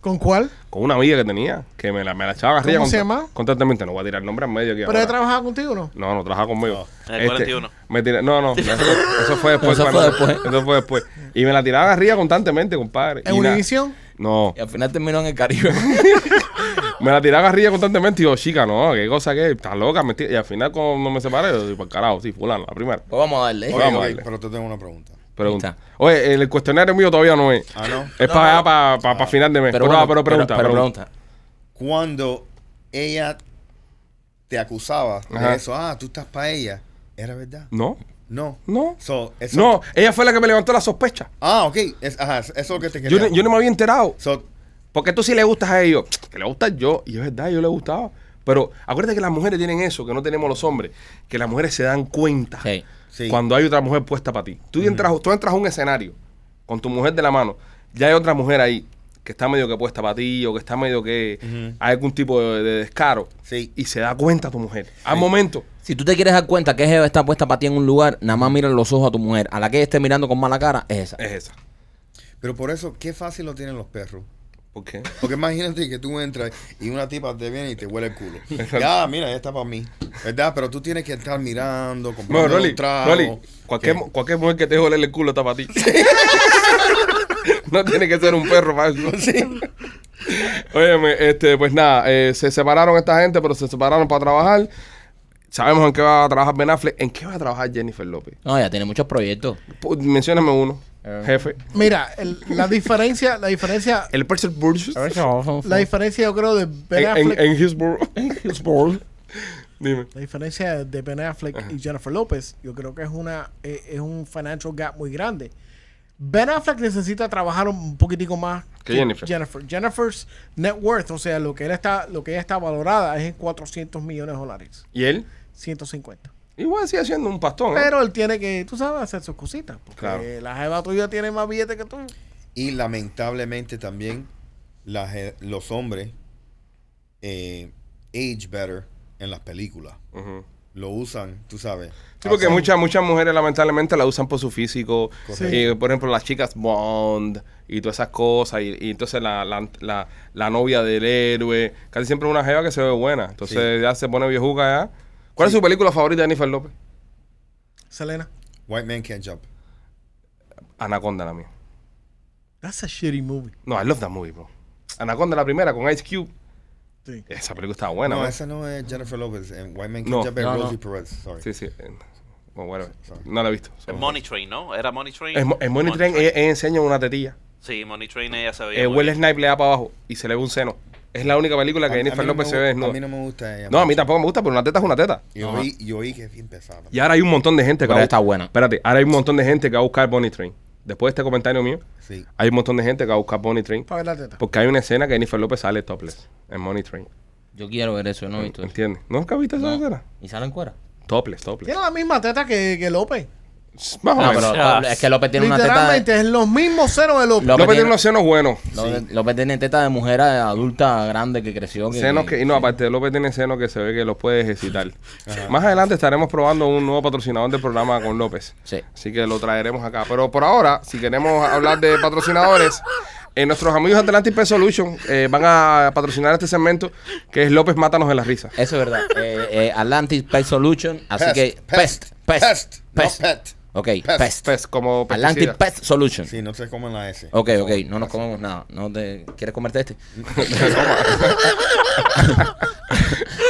Speaker 4: ¿Con cuál?
Speaker 1: Con una amiga que tenía, que me la, me la echaba arriba.
Speaker 4: ¿Cómo se
Speaker 1: contra-
Speaker 4: llama?
Speaker 1: Constantemente, no voy a tirar el nombre en medio aquí.
Speaker 4: ¿Pero he
Speaker 1: ahora.
Speaker 4: trabajado contigo o no?
Speaker 1: No, no trabajaba conmigo. Este,
Speaker 6: En el 41.
Speaker 1: Me tira- no, no, eso, eso fue después.
Speaker 3: Eso fue
Speaker 1: bueno,
Speaker 3: después.
Speaker 1: eso fue después. Y me la tiraban arriba constantemente, compadre.
Speaker 4: ¿En
Speaker 1: Y na-
Speaker 4: Univision?
Speaker 1: No,
Speaker 3: Y al final terminó en el
Speaker 4: [LAUGHS]
Speaker 3: Caribe.
Speaker 1: me la tiraban arriba constantemente y yo, chica, no, qué cosa que, estás loca, mentira. Y al final cuando me separé, yo digo, carajo, sí, fulano, la primera.
Speaker 3: pues vamos a darle. ¿eh?
Speaker 5: Ok,
Speaker 1: Vamos a
Speaker 5: ok,
Speaker 1: darle.
Speaker 5: pero te tengo una pregunta.
Speaker 1: Pregunta.
Speaker 3: Ahí
Speaker 1: Oye, el cuestionario mío todavía no es.
Speaker 5: Ah, no.
Speaker 1: Es para, para, para, final de mes. Pero,
Speaker 3: bueno,
Speaker 1: ah, pero pregunta,
Speaker 3: pero
Speaker 1: pregunta.
Speaker 3: pregunta.
Speaker 5: Cuando ella te acusaba
Speaker 1: Ajá.
Speaker 5: de eso, ah, tú estás para ella, ¿era verdad?
Speaker 1: No,
Speaker 5: No.
Speaker 1: no.
Speaker 5: So, eso-
Speaker 1: No, ella fue la que me levantó la sospecha.
Speaker 5: Ah, ok. Es, ajá, eso es lo que te
Speaker 1: Yo,
Speaker 5: quería.
Speaker 1: no- yo no me había enterado.
Speaker 5: So,
Speaker 1: Porque tú sí le gustas a ellos, que le gustas yo, y es verdad, yo le gustaba. Pero acuérdate que las mujeres tienen eso, que no tenemos los hombres, que las mujeres se dan cuenta
Speaker 3: Sí.
Speaker 5: Sí.
Speaker 1: cuando hay otra mujer puesta para ti. Tú, entras, tú entras a un escenario con tu mujer de la mano, ya hay otra mujer ahí. que está medio que puesta para ti o que está medio que hay algún tipo de, de descaro
Speaker 5: Sí.
Speaker 1: y se da cuenta tu mujer. Al momento,
Speaker 3: Si tú te quieres dar cuenta que Jeva está puesta para ti en un lugar, nada más mira en los ojos a tu mujer. A la que esté mirando con mala cara, es esa.
Speaker 1: es esa.
Speaker 5: Pero por eso, qué fácil lo tienen los perros.
Speaker 1: ¿Por qué?
Speaker 5: Porque imagínate que tú entras y una tipa te viene y te huele el culo. Ya, mira, ya está para mí. ¿Verdad? Pero tú tienes que estar mirando,
Speaker 1: Bueno,
Speaker 5: comprando
Speaker 1: Rolly,
Speaker 5: un trago.
Speaker 1: Rolly, cualquier,
Speaker 5: ¿Qué?
Speaker 1: mu- cualquier mujer que te deje oler el culo está para ti. [LAUGHS] no tiene que ser un perro para [LAUGHS] eso. Óyeme, este, pues nada, eh, se separaron esta gente, pero se separaron para trabajar. Sabemos en qué va a trabajar Ben Affleck. ¿En qué va a trabajar Jennifer López?
Speaker 3: No, ya tiene muchos proyectos.
Speaker 1: Pu- Mencióname uno, jefe.
Speaker 4: Mira, el- la diferencia, la diferencia,
Speaker 1: El Purcell Burgess
Speaker 4: la diferencia yo creo de
Speaker 1: en,
Speaker 4: Ben
Speaker 1: en,
Speaker 4: Affleck,
Speaker 1: en Hillsborough. [LAUGHS] Dime.
Speaker 4: la diferencia de Ben Affleck y Jennifer López, yo creo que es una eh, es un financial gap muy grande. Ben Affleck necesita trabajar un poquitico más
Speaker 1: Que Jennifer.
Speaker 4: Jennifer. Jennifer's net worth, o sea, lo que él está lo que ella está valorada es en 400 millones de dólares,
Speaker 1: ¿Y él?
Speaker 4: 150.
Speaker 1: Igual sigue siendo un pastón. ¿eh?
Speaker 4: Pero él tiene que, tú sabes, hacer sus cositas. Porque
Speaker 1: Claro.
Speaker 4: la jeva tuya tiene más billete que tú.
Speaker 5: Y lamentablemente también la ge- los hombres eh, age better en las películas.
Speaker 1: Ujú.
Speaker 5: Lo usan, tú sabes.
Speaker 1: Sí, porque
Speaker 5: Hacen-
Speaker 1: muchas, muchas mujeres lamentablemente la usan por su físico.
Speaker 4: Correcto.
Speaker 1: Eh, por ejemplo, las chicas Bond y todas esas cosas. Y, y entonces la, la, la- la novia del héroe. Casi siempre es una jeva que se ve buena. Entonces ya se pone viejuca ya. ¿Cuál es su película favorita de Jennifer López?
Speaker 4: Selena,
Speaker 5: White Man Can't Jump.
Speaker 1: Anaconda, la mía.
Speaker 4: that's a shitty movie.
Speaker 1: No, I love that movie, bro. Anaconda, la primera, con Ice Cube.
Speaker 4: Sí.
Speaker 3: Eh,
Speaker 1: Esa película estaba buena,
Speaker 5: no,
Speaker 1: man.
Speaker 5: esa no es Jennifer Lopez. En White Man Can't
Speaker 1: No,
Speaker 5: Jump es
Speaker 3: no, no.
Speaker 5: Rosie Perez. Sorry.
Speaker 1: Sí, sí. Eh, Bueno, bueno,
Speaker 5: Sorry.
Speaker 1: no la he visto.
Speaker 6: El Money Train, ¿no? Era Money Train.
Speaker 1: En, Mo- en Money Train ella, ella enseña una tetilla.
Speaker 6: Sí, Money Train ella se veía.
Speaker 1: Eh,
Speaker 6: muy
Speaker 1: Will
Speaker 6: bien.
Speaker 1: Snipe le da para abajo y se le ve un seno. Es la única película que
Speaker 5: A- a
Speaker 1: Jennifer
Speaker 5: mí no
Speaker 1: López
Speaker 5: me
Speaker 1: se ve
Speaker 5: gu-
Speaker 1: desnuda.
Speaker 5: A mí no me gusta ella.
Speaker 1: No, a mí tampoco me gusta, pero una teta es una teta.
Speaker 5: Yo oí, yo oí que es bien pesada.
Speaker 1: Y ahora hay un montón de gente que
Speaker 3: Pero
Speaker 1: va a
Speaker 3: está
Speaker 1: bu-
Speaker 3: buena.
Speaker 1: Espérate, ahora hay un montón de gente que va a buscar Bonnie Train. Después de este comentario mío,
Speaker 5: Sí.
Speaker 1: hay un montón de gente que va a buscar Bonnie Train.
Speaker 4: Para ver la teta.
Speaker 1: Porque hay una escena que Jennifer López sale topless en Money Train.
Speaker 3: Yo quiero ver eso, no he visto eso.
Speaker 1: ¿Entiendes? ¿Nunca viste esa
Speaker 3: No.
Speaker 1: escena?
Speaker 3: ¿Y salen cuera?
Speaker 1: Topless, topless.
Speaker 4: Tiene la misma teta que, que López.
Speaker 1: Más o
Speaker 3: No,
Speaker 1: menos.
Speaker 3: pero
Speaker 6: Ah,
Speaker 3: López- es que López tiene una teta.
Speaker 4: Literalmente
Speaker 3: De,
Speaker 4: es los mismos ceros de López.
Speaker 3: Lo-
Speaker 1: López
Speaker 3: López
Speaker 1: tiene
Speaker 3: tiene-
Speaker 1: unos senos buenos.
Speaker 3: López, López tiene teta de mujer eh, adulta grande que creció. Que,
Speaker 1: Senos que, y no, aparte de López tiene senos que se ve que los puede ejercitar.
Speaker 3: [LAUGHS]
Speaker 1: Más adelante estaremos probando un nuevo patrocinador del programa con López.
Speaker 3: Sí.
Speaker 1: Así que lo traeremos acá. Pero por ahora, si queremos hablar de patrocinadores,
Speaker 3: [LAUGHS]
Speaker 1: eh, nuestros amigos de Atlantic Pest Solution eh, van a patrocinar este segmento que es López Mátanos de la Risa.
Speaker 3: Eso es verdad. Eh, eh, Atlantic Pest Solution. Así
Speaker 5: Pest,
Speaker 3: que.
Speaker 5: pest,
Speaker 3: Pest. Pest.
Speaker 5: pest, no pet.
Speaker 3: Ok,
Speaker 5: Pest,
Speaker 3: Pest.
Speaker 1: Pest, como
Speaker 3: Atlantic
Speaker 1: pesticida.
Speaker 3: Pest Solution.
Speaker 5: Sí, no se comen la S.
Speaker 3: Ok, ok, no nos comemos nada. No te... ¿Quieres comerte este?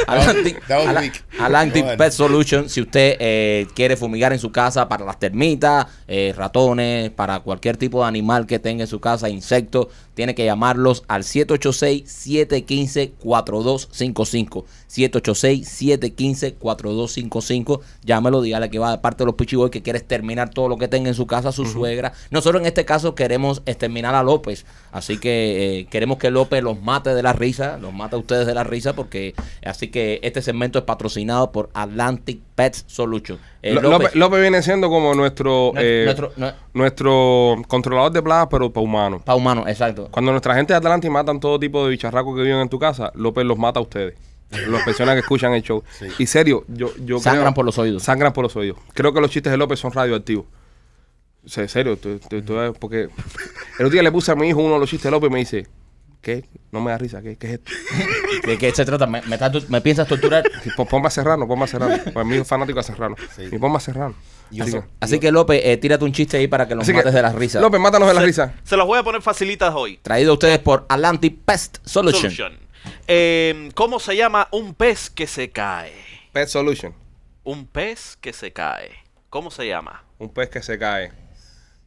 Speaker 3: Atlantic,
Speaker 5: That was
Speaker 3: Ala-
Speaker 5: weak.
Speaker 3: Atlantic
Speaker 5: Go ahead.
Speaker 3: Pest Solution, si usted eh, quiere fumigar en su casa para las termitas, eh, ratones, para cualquier tipo de animal que tenga en su casa, insectos, tiene que llamarlos al 786-715-4255. 786-715-4255. Llámelo, dígale que va de parte de los pichiboy que quiere exterminar todo lo que tenga en su casa, su suegra. Nosotros en este caso queremos exterminar a López, así que eh, queremos que López los mate de la risa, los mate a ustedes de la risa, porque así que este segmento es patrocinado por Atlantic Pets Solution. Eh,
Speaker 1: Lo- López,
Speaker 3: López,
Speaker 1: López viene siendo como nuestro,
Speaker 3: Nuestro-
Speaker 1: eh, nuestro,
Speaker 3: nuestro- nue-
Speaker 1: controlador de plagas, pero para humanos.
Speaker 3: pa' humano, exacto.
Speaker 1: Cuando nuestra gente de Atlantic matan todo tipo de bicharracos que viven en tu casa, López los mata a ustedes. Las personas que escuchan el show.
Speaker 5: Sí.
Speaker 1: Y serio, yo, yo
Speaker 3: Sangran
Speaker 1: creo-
Speaker 3: por los oídos.
Speaker 1: Sangran por los oídos. Creo que los chistes de López son radioactivos. O sea, serio, tú- tú- tú- porque el otro día le puse a mi hijo uno de los chistes de López y me dice, ¿qué? No me da risa, ¿qué, qué es esto?
Speaker 3: ¿De qué se trata? ¿Me, me estás tu- me piensas
Speaker 1: [LAUGHS]
Speaker 3: torturar?
Speaker 1: Y pon- Ponme a Serrano, ponme a Serrano.
Speaker 5: [LAUGHS]
Speaker 1: Para mí es fanático a Serrano.
Speaker 5: Sí.
Speaker 1: Y ponme a Serrano.
Speaker 5: Yo
Speaker 1: así
Speaker 5: so-
Speaker 1: que,
Speaker 3: Así que López, eh, tírate un chiste ahí para que los
Speaker 1: así que-
Speaker 3: mates de la risa.
Speaker 1: López, mátanos de la risa.
Speaker 6: Se los voy a poner facilitas hoy.
Speaker 3: Traído a ustedes por Atlantic Pest Solution.
Speaker 6: Solution. Eh, ¿Cómo se llama un pez que se cae?
Speaker 1: Pet Solution.
Speaker 6: Un pez que se cae. ¿Cómo se llama?
Speaker 1: Un pez que se cae.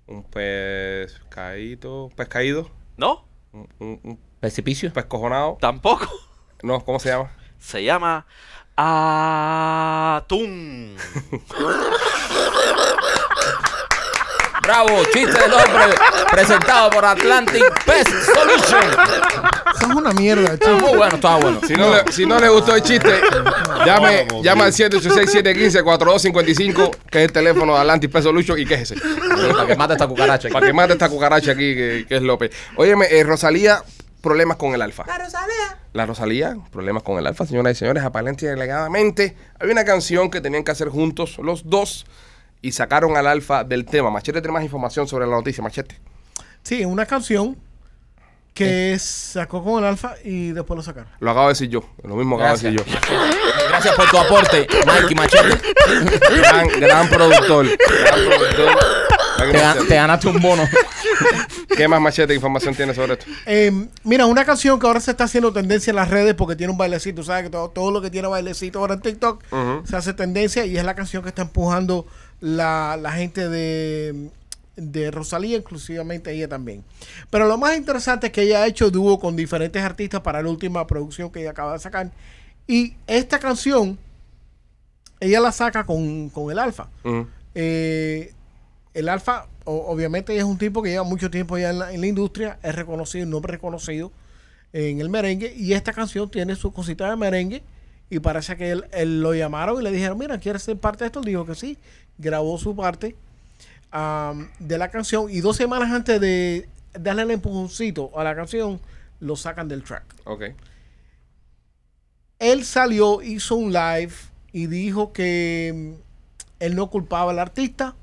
Speaker 1: Un pez caído. Pez caído.
Speaker 6: ¿No?
Speaker 1: Un, un- un
Speaker 3: Precipicio.
Speaker 1: pez cojonado.
Speaker 6: Tampoco. [LAUGHS]
Speaker 1: No, ¿cómo se llama?
Speaker 6: Se llama
Speaker 1: [LAUGHS]
Speaker 6: atún.
Speaker 3: Bravo, chiste del hombre presentado por Atlantic Pest Solution.
Speaker 4: Eso es una
Speaker 3: [LAUGHS]
Speaker 4: mierda,
Speaker 3: Está
Speaker 4: chico.
Speaker 3: muy bueno, está bueno.
Speaker 1: Si no, le, si no le gustó el chiste, llame, llame al 786-715-4255, que es el teléfono de Atlantis Peso Lucho, y quéjese.
Speaker 3: Para que mate esta cucaracha.
Speaker 1: Para que mate esta cucaracha aquí, que, que es López. Óyeme, eh, Rosalía, problemas con el alfa. La Rosalía. La Rosalía, problemas con el alfa, señoras y señores. Aparentemente, delegadamente, había una canción que tenían que hacer juntos los dos y sacaron al alfa del tema. Machete tiene más información sobre la noticia, Machete.
Speaker 4: Sí, una canción que
Speaker 3: Eh.
Speaker 4: sacó con el alfa y después lo sacaron.
Speaker 1: Lo acabo de decir yo, lo mismo acabo de decir yo.
Speaker 3: Gracias por tu aporte, Mikey Machete.
Speaker 1: Gran, gran productor. Gran productor. Gran
Speaker 3: Te,
Speaker 1: machete.
Speaker 3: gan- te ganaste un bono.
Speaker 1: ¿Qué más machete información tiene sobre esto?
Speaker 4: Eh, mira, una canción que ahora se está haciendo tendencia en las redes porque tiene un bailecito. Sabes que todo, todo lo que tiene bailecito ahora en TikTok se hace tendencia y es la canción que está empujando la, la gente de, de Rosalía, inclusivamente ella también. Pero lo más interesante es que ella ha hecho dúo con diferentes artistas para la última producción que ella acaba de sacar. Y esta canción, ella la saca con, con el Alfa.
Speaker 1: Ujú.
Speaker 4: Eh, el Alfa, o- obviamente, es un tipo que lleva mucho tiempo ya en la, en la industria, es reconocido, un nombre reconocido en el merengue, y esta canción tiene su cosita de merengue, y parece que él, él lo llamaron y le dijeron, mira, ¿quieres ser parte de esto? Él dijo que sí, grabó su parte am, de la canción, y dos semanas antes de darle el empujoncito a la canción, lo sacan del track
Speaker 1: Ok.
Speaker 4: él salió, hizo un live y dijo que mm, él no culpaba al artista,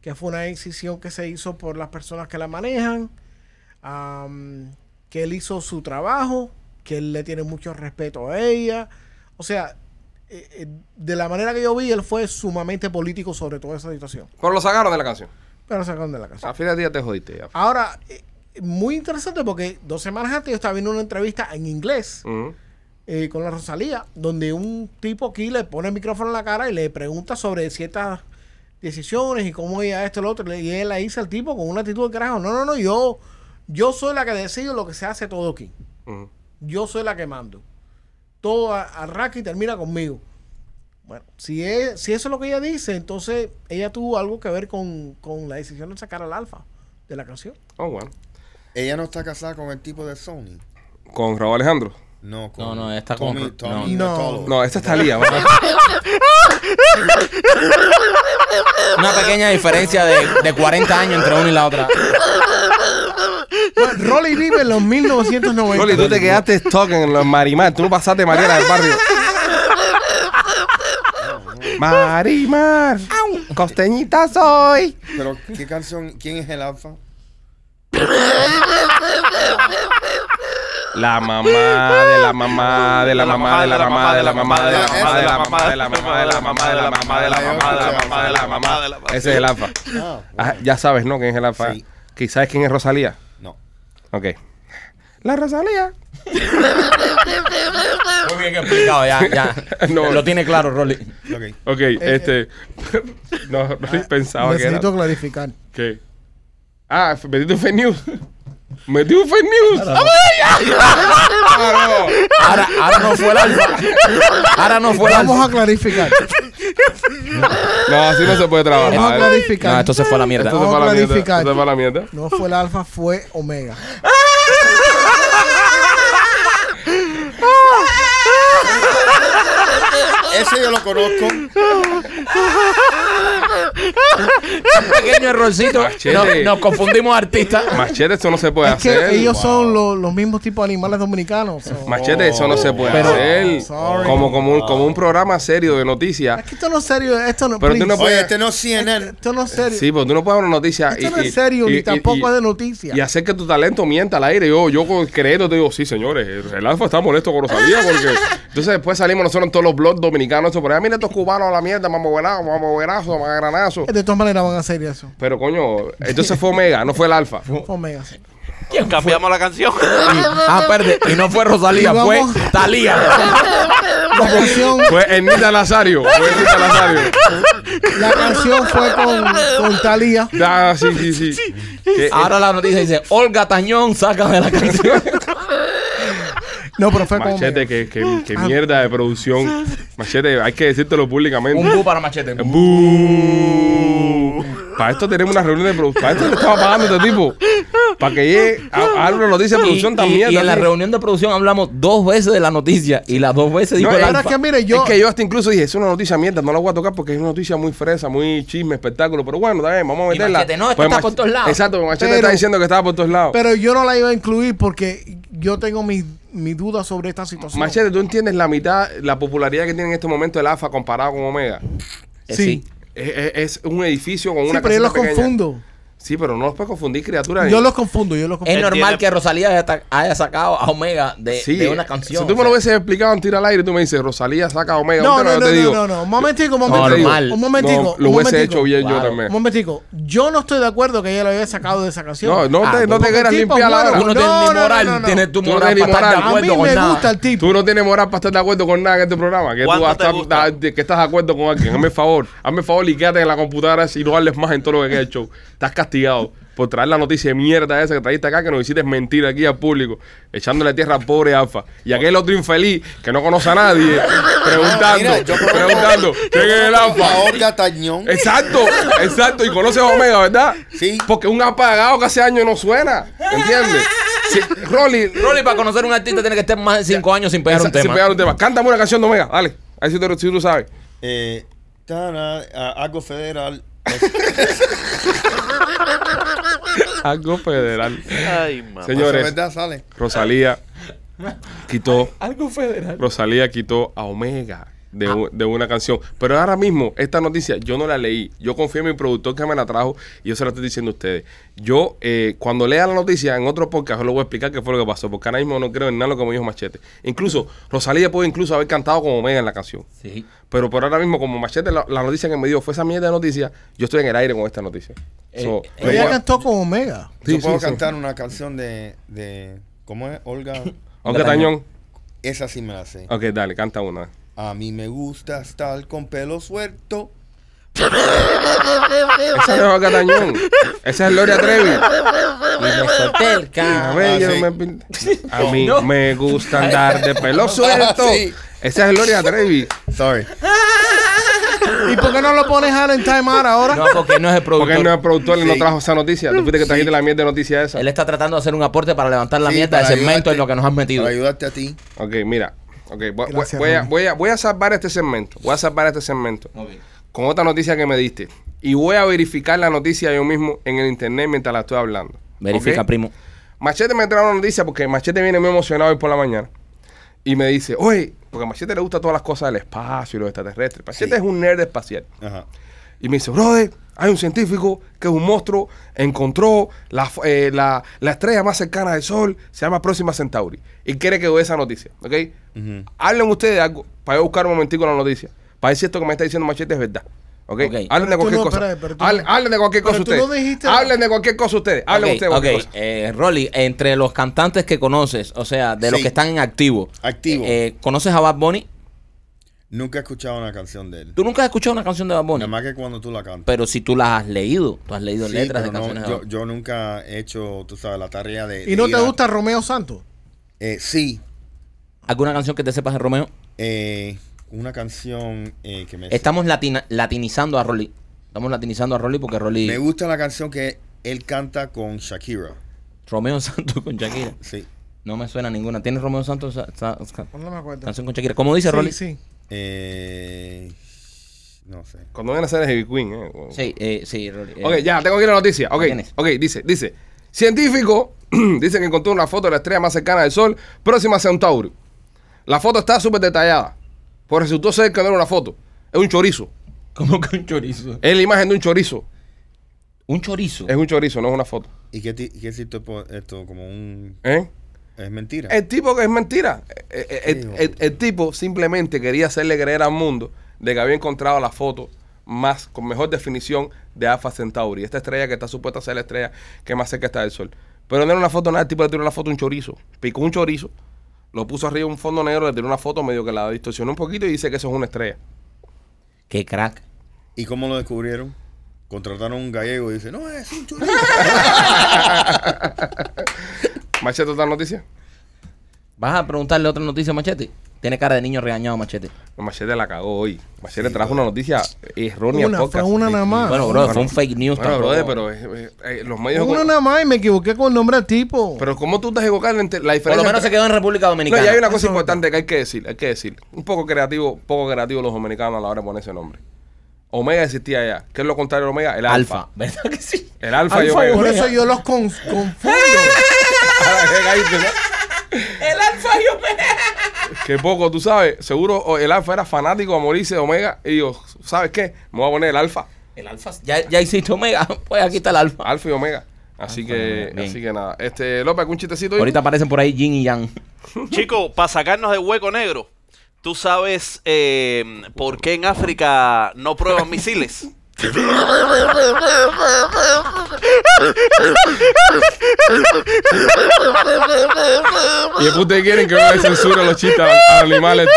Speaker 4: que fue una decisión que se hizo por las personas que la manejan, am, que él hizo su trabajo, que él le tiene mucho respeto a ella. O sea, eh, eh, de la manera que yo vi, él fue sumamente político sobre toda esa situación.
Speaker 1: Pero lo sacaron de la canción.
Speaker 4: Pero sacaron de la casa.
Speaker 1: A fin de día te jodiste. ya.
Speaker 4: Ahora, eh, muy interesante porque dos semanas antes yo estaba viendo una entrevista en inglés
Speaker 1: Ujú.
Speaker 4: eh, con la Rosalía, donde un tipo aquí le pone el micrófono en la cara y le pregunta sobre ciertas decisiones y cómo ella esto y lo otro. Y él la dice al tipo con una actitud de carajo. No, no, no, yo, yo soy la que decido lo que se hace todo aquí.
Speaker 1: Ujú.
Speaker 4: Yo soy la que mando. Todo a- arranca y termina conmigo. Bueno, si, es, si eso es lo que ella dice, entonces ella tuvo algo que ver con, con la decisión de sacar al alfa de la canción.
Speaker 1: Oh, bueno.
Speaker 5: Ella no está casada con el tipo de Sony.
Speaker 1: Con Raúl Alejandro.
Speaker 5: No, con
Speaker 3: No, no, ella está
Speaker 5: Tommy,
Speaker 3: con-
Speaker 5: Tommy
Speaker 4: no.
Speaker 5: Natolo.
Speaker 1: No, esta es Talía, ¿verdad? [LAUGHS]
Speaker 3: Una pequeña diferencia de, de 40 años entre una y la otra.
Speaker 4: Bueno, Rolly vive en los 1990.
Speaker 1: Rolly, tú te quedaste stock en los Marimar. Tú no pasaste Mariana del [LAUGHS] barrio. Marimar, costeñita soy.
Speaker 5: Pero, ¿qué canción? ¿Quién es el alfa?
Speaker 1: La mamá de la mamá de la mamá de la mamá de la mamá de la mamá de la mamá de la mamá de la mamá de la mamá de la mamá de la mamá de la mamá de la mamá. Ese es el alfa.
Speaker 5: Ah,
Speaker 1: Ah, ya sabes, ¿no? ¿Quién es el alfa?
Speaker 5: Sí.
Speaker 1: ¿Que ¿Sabes quién es Rosalía?
Speaker 5: no.
Speaker 1: Ok. La Rosalía.
Speaker 3: Muy bien explicado, ya, ya.
Speaker 1: No.
Speaker 3: Lo tiene claro, Rolly.
Speaker 5: Ok.
Speaker 1: Ok, este. [LAUGHS] no, no
Speaker 3: Ah,
Speaker 1: pensaba que era.
Speaker 3: [LAUGHS]
Speaker 4: Necesito clarificar.
Speaker 1: ¿Qué? Ah, f- metiste un fake news. [LAUGHS] Metí un fake news. ¡Vamos allá! Ah, no.
Speaker 3: Ahora, ahora no fue el alfa. Ahora no fue el alfa.
Speaker 4: Vamos a clarificar.
Speaker 1: No, así no se puede trabajar.
Speaker 4: Vamos a clarificar.
Speaker 3: Ah, No, esto se fue a la mierda.
Speaker 1: Esto se fue a la
Speaker 4: Vamos a
Speaker 1: mierda.
Speaker 4: clarificar.
Speaker 1: Esto se fue a la mierda.
Speaker 4: No fue el alfa, fue omega.
Speaker 5: Ese yo lo conozco.
Speaker 4: [LAUGHS]
Speaker 3: pequeño errorcito. No,
Speaker 1: Machete.
Speaker 3: nos confundimos artistas.
Speaker 1: Machete, eso no se puede
Speaker 4: Es que
Speaker 1: hacer.
Speaker 4: ellos son lo- los mismos tipos de animales dominicanos. so-
Speaker 1: Machete, eso no se puede
Speaker 4: Pero-
Speaker 1: hacer.
Speaker 4: Sorry.
Speaker 1: Como, como, un, como un programa serio de noticias.
Speaker 4: Es que esto no es serio. Esto no,
Speaker 1: Pero tú no
Speaker 4: please.
Speaker 5: Oye,
Speaker 1: puedes-
Speaker 5: este no es
Speaker 4: Esto-
Speaker 5: CNN.
Speaker 4: Esto no es serio.
Speaker 1: Sí, porque tú no puedes dar una noticia.
Speaker 4: esto no es serio, ni tampoco es de noticias.
Speaker 1: Y hacer que tu talento mienta al aire. Yo, yo con- creyendo, te digo, sí, señores, el Alfa está molesto con Rosalía
Speaker 4: [LAUGHS]
Speaker 1: porque... Entonces después salimos nosotros en todos los blogs dominicanos, eso, por ahí, mira estos cubanos a la mierda, mamá buenazo, mamá buenazo, mamá granazo.
Speaker 4: De todas maneras van a hacer eso.
Speaker 1: Pero coño, entonces fue Omega, no fue el Alfa.
Speaker 4: Omega. sí.
Speaker 6: Cambiamos la canción.
Speaker 1: [LAUGHS]
Speaker 3: Ah, espérate. Y no fue Rosalía,
Speaker 4: Y
Speaker 3: fue
Speaker 4: vamos-
Speaker 3: Talía.
Speaker 4: La canción,
Speaker 1: Fue Ernita Lazario, fue Ernita Lazario.
Speaker 4: la canción fue con, con Talía.
Speaker 1: Ah, sí, sí, sí. Que-
Speaker 3: Ahora la noticia dice, Olga Tañón, sácame la canción.
Speaker 4: No, pero fue con
Speaker 1: Machete,
Speaker 4: Omega.
Speaker 1: que, que- que mierda de
Speaker 4: [LAUGHS]
Speaker 1: producción. Machete, hay que decírtelo públicamente.
Speaker 3: Un bu para machete.
Speaker 1: Eh, ¡Bú! Para esto tenemos una reunión de producción. Para esto le estaba pagando este tipo. Para que llegue a, a una noticia de producción
Speaker 3: y,
Speaker 1: también.
Speaker 3: y en la reunión de producción hablamos dos veces de la noticia y las dos veces
Speaker 1: No,
Speaker 3: dijo
Speaker 1: es
Speaker 3: el
Speaker 1: verdad
Speaker 3: Alfa.
Speaker 4: que mire, yo.
Speaker 1: Es que yo hasta incluso dije, es una noticia mierda, no la voy a tocar porque es una noticia muy fresa, muy chisme, espectáculo, pero bueno, también vamos a
Speaker 3: Y
Speaker 1: meterla. Pues
Speaker 3: Machete, no, esto está
Speaker 1: Mach-
Speaker 3: por todos lados.
Speaker 1: Exacto, porque Machete
Speaker 4: Pero-
Speaker 1: está diciendo que estaba por todos lados.
Speaker 4: Pero yo no la iba a incluir porque yo tengo mis mis dudas sobre esta situación.
Speaker 1: Machete, ¿tú entiendes la mitad, la popularidad que tiene en este momento el AFA comparado con Omega?
Speaker 3: Eh,
Speaker 4: sí.
Speaker 3: sí.
Speaker 1: Es, es- es un edificio con
Speaker 4: Sí,
Speaker 1: una
Speaker 4: pero yo los
Speaker 1: casita pequeña.
Speaker 4: confundo.
Speaker 1: Sí, pero no los puedes confundir, criatura.
Speaker 4: Yo
Speaker 1: ni-
Speaker 4: los confundo, yo los
Speaker 3: Es
Speaker 6: Él
Speaker 4: confundo.
Speaker 3: normal
Speaker 6: tiene-
Speaker 3: que Rosalía haya, ta- haya sacado a Omega de,
Speaker 1: Sí,
Speaker 3: de una
Speaker 1: eh,
Speaker 3: canción.
Speaker 1: Si tú
Speaker 3: o
Speaker 1: me lo
Speaker 3: sea,
Speaker 1: hubieses explicado en tira al aire, tú me dices, Rosalía saca a Omega.
Speaker 4: No,
Speaker 1: un tema",
Speaker 4: no,
Speaker 1: yo
Speaker 4: no,
Speaker 1: te digo,
Speaker 4: no, no, no. Un momentico, un
Speaker 1: yo te digo,
Speaker 4: momentico.
Speaker 3: normal.
Speaker 4: Un momentico.
Speaker 1: no,
Speaker 4: un
Speaker 1: lo hubiese
Speaker 4: momentico.
Speaker 1: hecho bien yo
Speaker 3: Claro.
Speaker 1: también.
Speaker 4: Un momentico. Yo no estoy de acuerdo que ella lo haya sacado de esa canción.
Speaker 1: No, no
Speaker 3: Ah,
Speaker 1: te, no te
Speaker 3: porque
Speaker 1: quieras
Speaker 4: el tipo
Speaker 1: limpiar la
Speaker 4: es
Speaker 1: cara.
Speaker 4: bueno.
Speaker 3: Uno tiene
Speaker 4: No,
Speaker 3: ni
Speaker 4: no,
Speaker 3: moral,
Speaker 4: no, no.
Speaker 3: tiene tu
Speaker 1: Tú no
Speaker 3: moral
Speaker 1: tienes ni
Speaker 3: para estar de
Speaker 1: moral.
Speaker 4: a mí
Speaker 3: acuerdo
Speaker 4: me
Speaker 3: con
Speaker 4: gusta
Speaker 3: nada.
Speaker 4: el tipo.
Speaker 1: Tú no tienes moral para estar de acuerdo con nada en este programa. Que tú
Speaker 6: ¿Cuánto
Speaker 1: vas a
Speaker 6: te
Speaker 1: estar-
Speaker 6: gusta?
Speaker 1: da- que estás de acuerdo con alguien. Hazme el favor. Hazme el favor y quédate en la computadora y no hables más en todo lo que queda el show. Estás castigado por traer la noticia de mierda esa que trajiste acá, que nos hiciste mentir aquí al público, echándole tierra al pobre Alfa. Y aquel otro infeliz que no conoce a nadie, preguntando,
Speaker 5: Mira, yo conozco-
Speaker 1: preguntando, ¿quién es el
Speaker 5: A
Speaker 1: Alfa?
Speaker 5: Olga Tañón.
Speaker 1: Exacto, exacto. Y conoces a Omega, ¿verdad?
Speaker 5: Sí.
Speaker 1: Porque un apagado que hace años no suena. ¿Entiendes? Sí, Rolly,
Speaker 3: Rolly, para conocer a un artista tiene que estar más de cinco años sin pegar
Speaker 1: Esa-
Speaker 3: un tema.
Speaker 1: sin pegar un tema. Cántame una canción de Omega, dale. Ahí sí tú, sí tú sabes.
Speaker 5: Eh, tana, a- algo federal.
Speaker 1: Algo federal.
Speaker 6: Ay, mamá.
Speaker 1: Señores.
Speaker 5: Eso, ¿Verdad? Sale.
Speaker 1: Rosalía quitó,
Speaker 3: Algo federal.
Speaker 1: Rosalía quitó a Omega de, u- de una canción. Pero ahora mismo, esta noticia yo no la leí. Yo confié en mi productor que me la trajo y yo se la estoy diciendo a ustedes. Yo, eh, cuando lea la noticia en otro podcast, yo les voy a explicar qué fue lo que pasó. Porque ahora mismo no creo en nada de lo que me dijo Machete. Incluso, Rosalía puede incluso haber cantado con Omega en la canción.
Speaker 3: Sí.
Speaker 1: Pero por ahora mismo, como Machete, la, la noticia que me dio fue esa mierda de noticia, yo estoy en el aire con esta noticia. So, no
Speaker 4: Ella
Speaker 1: puedo-
Speaker 4: cantó con Omega.
Speaker 1: Sí,
Speaker 5: Yo puedo
Speaker 1: sí, sí.
Speaker 5: cantar una canción de, de. ¿Cómo es?
Speaker 3: [LAUGHS]
Speaker 5: Olga.
Speaker 1: Aunque Tañón.
Speaker 5: Esa sí me la sé.
Speaker 1: Ok, dale, canta una.
Speaker 3: Ah.
Speaker 5: A mí me gusta estar con pelo suelto.
Speaker 1: Esa no es Olga Tañón. Esa es Gloria Trevi.
Speaker 3: Y me solté el ca-
Speaker 1: A ver,
Speaker 5: Ah,
Speaker 1: yo
Speaker 5: sí.
Speaker 1: me
Speaker 5: [LAUGHS]
Speaker 1: pin- A mí
Speaker 3: No.
Speaker 1: me gusta andar de pelo suelto.
Speaker 5: Ah, sí.
Speaker 1: Esa es Gloria Trevi.
Speaker 3: [LAUGHS]
Speaker 5: Sorry.
Speaker 4: ¿Y por qué no lo pones ahora en Time Out ahora?
Speaker 3: No, porque no es el productor.
Speaker 1: Porque él no es productor, él no
Speaker 5: Sí.
Speaker 1: trajo esa noticia. Tú fuiste que trajiste la mierda de noticia esa.
Speaker 3: Él está tratando de hacer un aporte para levantar la
Speaker 5: Sí,
Speaker 3: mierda de
Speaker 5: para
Speaker 3: segmento
Speaker 5: ayudarte-
Speaker 3: en lo que nos han metido.
Speaker 5: Para ayudarte a ti.
Speaker 1: Ok, mira. Ok, voy,
Speaker 4: Gracias,
Speaker 1: voy a,
Speaker 4: Ronnie.
Speaker 1: voy, a, voy a salvar este segmento. Voy a salvar este segmento. Con otra noticia que me diste. Y voy a verificar la noticia yo mismo en el internet mientras la estoy hablando.
Speaker 3: Verifica,
Speaker 1: ¿Ok?
Speaker 3: primo.
Speaker 1: Machete me trae una noticia porque Machete viene muy emocionado hoy por la mañana. Y me dice, oye, porque a Machete le gusta todas las cosas del espacio y los extraterrestres. Machete
Speaker 5: Sí.
Speaker 1: es un nerd espacial.
Speaker 5: Ajá.
Speaker 1: Y me dice, brother, hay un científico que es un monstruo, encontró la, f- eh, la- la estrella más cercana del Sol, se llama Próxima Centauri. Y quiere que vea esa noticia, ¿ok?
Speaker 5: Ujú.
Speaker 1: Hablen ustedes de algo para yo buscar un momentico la noticia. Para ver si esto que me está diciendo Machete es verdad. ¿Ok?
Speaker 3: Ok.
Speaker 1: Hablen de
Speaker 4: Pero tú
Speaker 1: cualquier
Speaker 4: no,
Speaker 1: cosa.
Speaker 4: espérate, pero tú
Speaker 1: hablen,
Speaker 4: no-
Speaker 1: hablen de cualquier
Speaker 4: pero
Speaker 1: cosa
Speaker 4: tú no
Speaker 1: ustedes.
Speaker 4: dijiste-
Speaker 1: hablen de cualquier cosa ustedes. Hablen
Speaker 3: Ok,
Speaker 1: ustedes de
Speaker 3: ok.
Speaker 1: cualquier cosa.
Speaker 3: Eh, Rolly, entre los cantantes que conoces, o sea, de los
Speaker 5: Sí.
Speaker 3: que están en activo,
Speaker 5: Activo.
Speaker 3: eh, ¿conoces a Bad Bunny?
Speaker 5: Nunca he escuchado una canción de él.
Speaker 3: Tú nunca has escuchado una canción de Bad Bunny,
Speaker 5: Nada más que cuando tú la cantas.
Speaker 3: pero si tú las has leído, tú has leído
Speaker 5: Sí,
Speaker 3: letras de
Speaker 5: pero no,
Speaker 3: canciones de Bad
Speaker 5: yo,
Speaker 3: Bunny.
Speaker 5: yo nunca he hecho, tú sabes, la tarea de.
Speaker 4: ¿Y no
Speaker 5: de ir
Speaker 4: te
Speaker 5: a-
Speaker 4: gusta Romeo Santos?
Speaker 5: Eh, sí.
Speaker 3: ¿Alguna canción que te sepas de Romeo?
Speaker 5: Eh, una canción eh, que me.
Speaker 3: Estamos latina- latinizando a Rolly. Estamos latinizando a Rolly porque Rolly...
Speaker 5: Me gusta la canción que él canta con Shakira.
Speaker 3: Romeo [LAUGHS] Santos con Shakira.
Speaker 5: Sí.
Speaker 3: No me suena ninguna. ¿Tienes Romeo Santos sa- sa- ca-
Speaker 4: Pues No me acuerdo.
Speaker 3: canción con Shakira? ¿Cómo dice Rolly?
Speaker 4: Sí, sí.
Speaker 5: Eh, no sé.
Speaker 1: Cuando viene a ser Heavy Queen, eh.
Speaker 3: Sí, eh, sí, Rolly. eh.
Speaker 1: Ok, ya, tengo aquí la noticia. Ok,
Speaker 3: tienes?
Speaker 1: ok, dice, dice. Científico [CLEARS THROAT] dice que encontró una foto de la estrella más cercana del Sol, próxima a Centauri. La foto está súper detallada. Pues resultó ser que no era una foto. Es un chorizo.
Speaker 3: ¿Cómo que un chorizo?
Speaker 1: Es la imagen de un chorizo.
Speaker 3: ¿Un chorizo?
Speaker 1: Es un chorizo, no es una foto.
Speaker 5: ¿Y qué, ti- qué es esto, po- esto? Como un...
Speaker 1: ¿Eh?
Speaker 5: Es mentira.
Speaker 1: El tipo que es mentira. Eh, eh, El, el- el tipo simplemente quería hacerle creer al mundo de que había encontrado la foto más con mejor definición de Alpha Centauri. Esta estrella que está supuesta a ser la estrella que más cerca está del Sol. Pero no era una foto nada, el tipo le tiró una foto a un chorizo. Picó un chorizo, lo puso arriba en un fondo negro, le tiró una foto medio que la distorsionó un poquito y dice que eso es una estrella.
Speaker 3: ¡Qué crack!
Speaker 5: ¿Y cómo lo descubrieron? Contrataron un gallego y dice, no, es un chorizo.
Speaker 1: Machete, ¿otra noticia?
Speaker 3: ¿Vas a preguntarle otra noticia, Machete? Tiene cara de niño regañado, machete.
Speaker 1: Machete la cagó hoy. Machete trajo una noticia errónea.
Speaker 4: Una, fue
Speaker 1: podcast.
Speaker 4: una nada más.
Speaker 3: Bueno, bro, fue un fake news
Speaker 1: Bueno,
Speaker 3: tampoco.
Speaker 1: brother, pero eh, eh, eh, los medios...
Speaker 4: Una nada más y me equivoqué con el nombre del tipo.
Speaker 1: Pero ¿cómo tú estás equivocando entre la
Speaker 3: Por
Speaker 1: diferencia?
Speaker 3: lo menos se
Speaker 1: entre-
Speaker 3: quedó en República Dominicana.
Speaker 1: No, y hay una cosa
Speaker 4: Eso-
Speaker 1: importante que hay que decir, hay que decir. Un poco creativo, poco creativo los dominicanos a la hora de poner ese nombre. Omega existía ya. ¿Qué es lo contrario de Omega? El alfa.
Speaker 3: Alfa, ¿verdad que sí?
Speaker 1: El alfa, y
Speaker 4: Alfa,
Speaker 1: Omega.
Speaker 4: por eso yo los con- confundo.
Speaker 1: [LAUGHS] Ahora que caíste, ¿no?
Speaker 3: El alfa y omega.
Speaker 1: Que poco, tú sabes. Seguro o- el alfa era fanático a morirse de Omega. Y yo, ¿sabes qué? Me voy a poner el alfa.
Speaker 3: El alfa, ya, ya hiciste omega, [LAUGHS] pues aquí está el alfa.
Speaker 1: Alfa y Omega. Así
Speaker 3: Alfa y
Speaker 1: que,
Speaker 3: Omega, bien.
Speaker 1: así que nada. Este, López, ¿algún chistecito? ahí?
Speaker 3: Ahorita aparecen por ahí Jin y Yang.
Speaker 6: Chico, para sacarnos de hueco negro, ¿tú sabes eh, por qué en África no prueban misiles?
Speaker 1: Y después ustedes quieren que yo le censure los chistes a, a animales.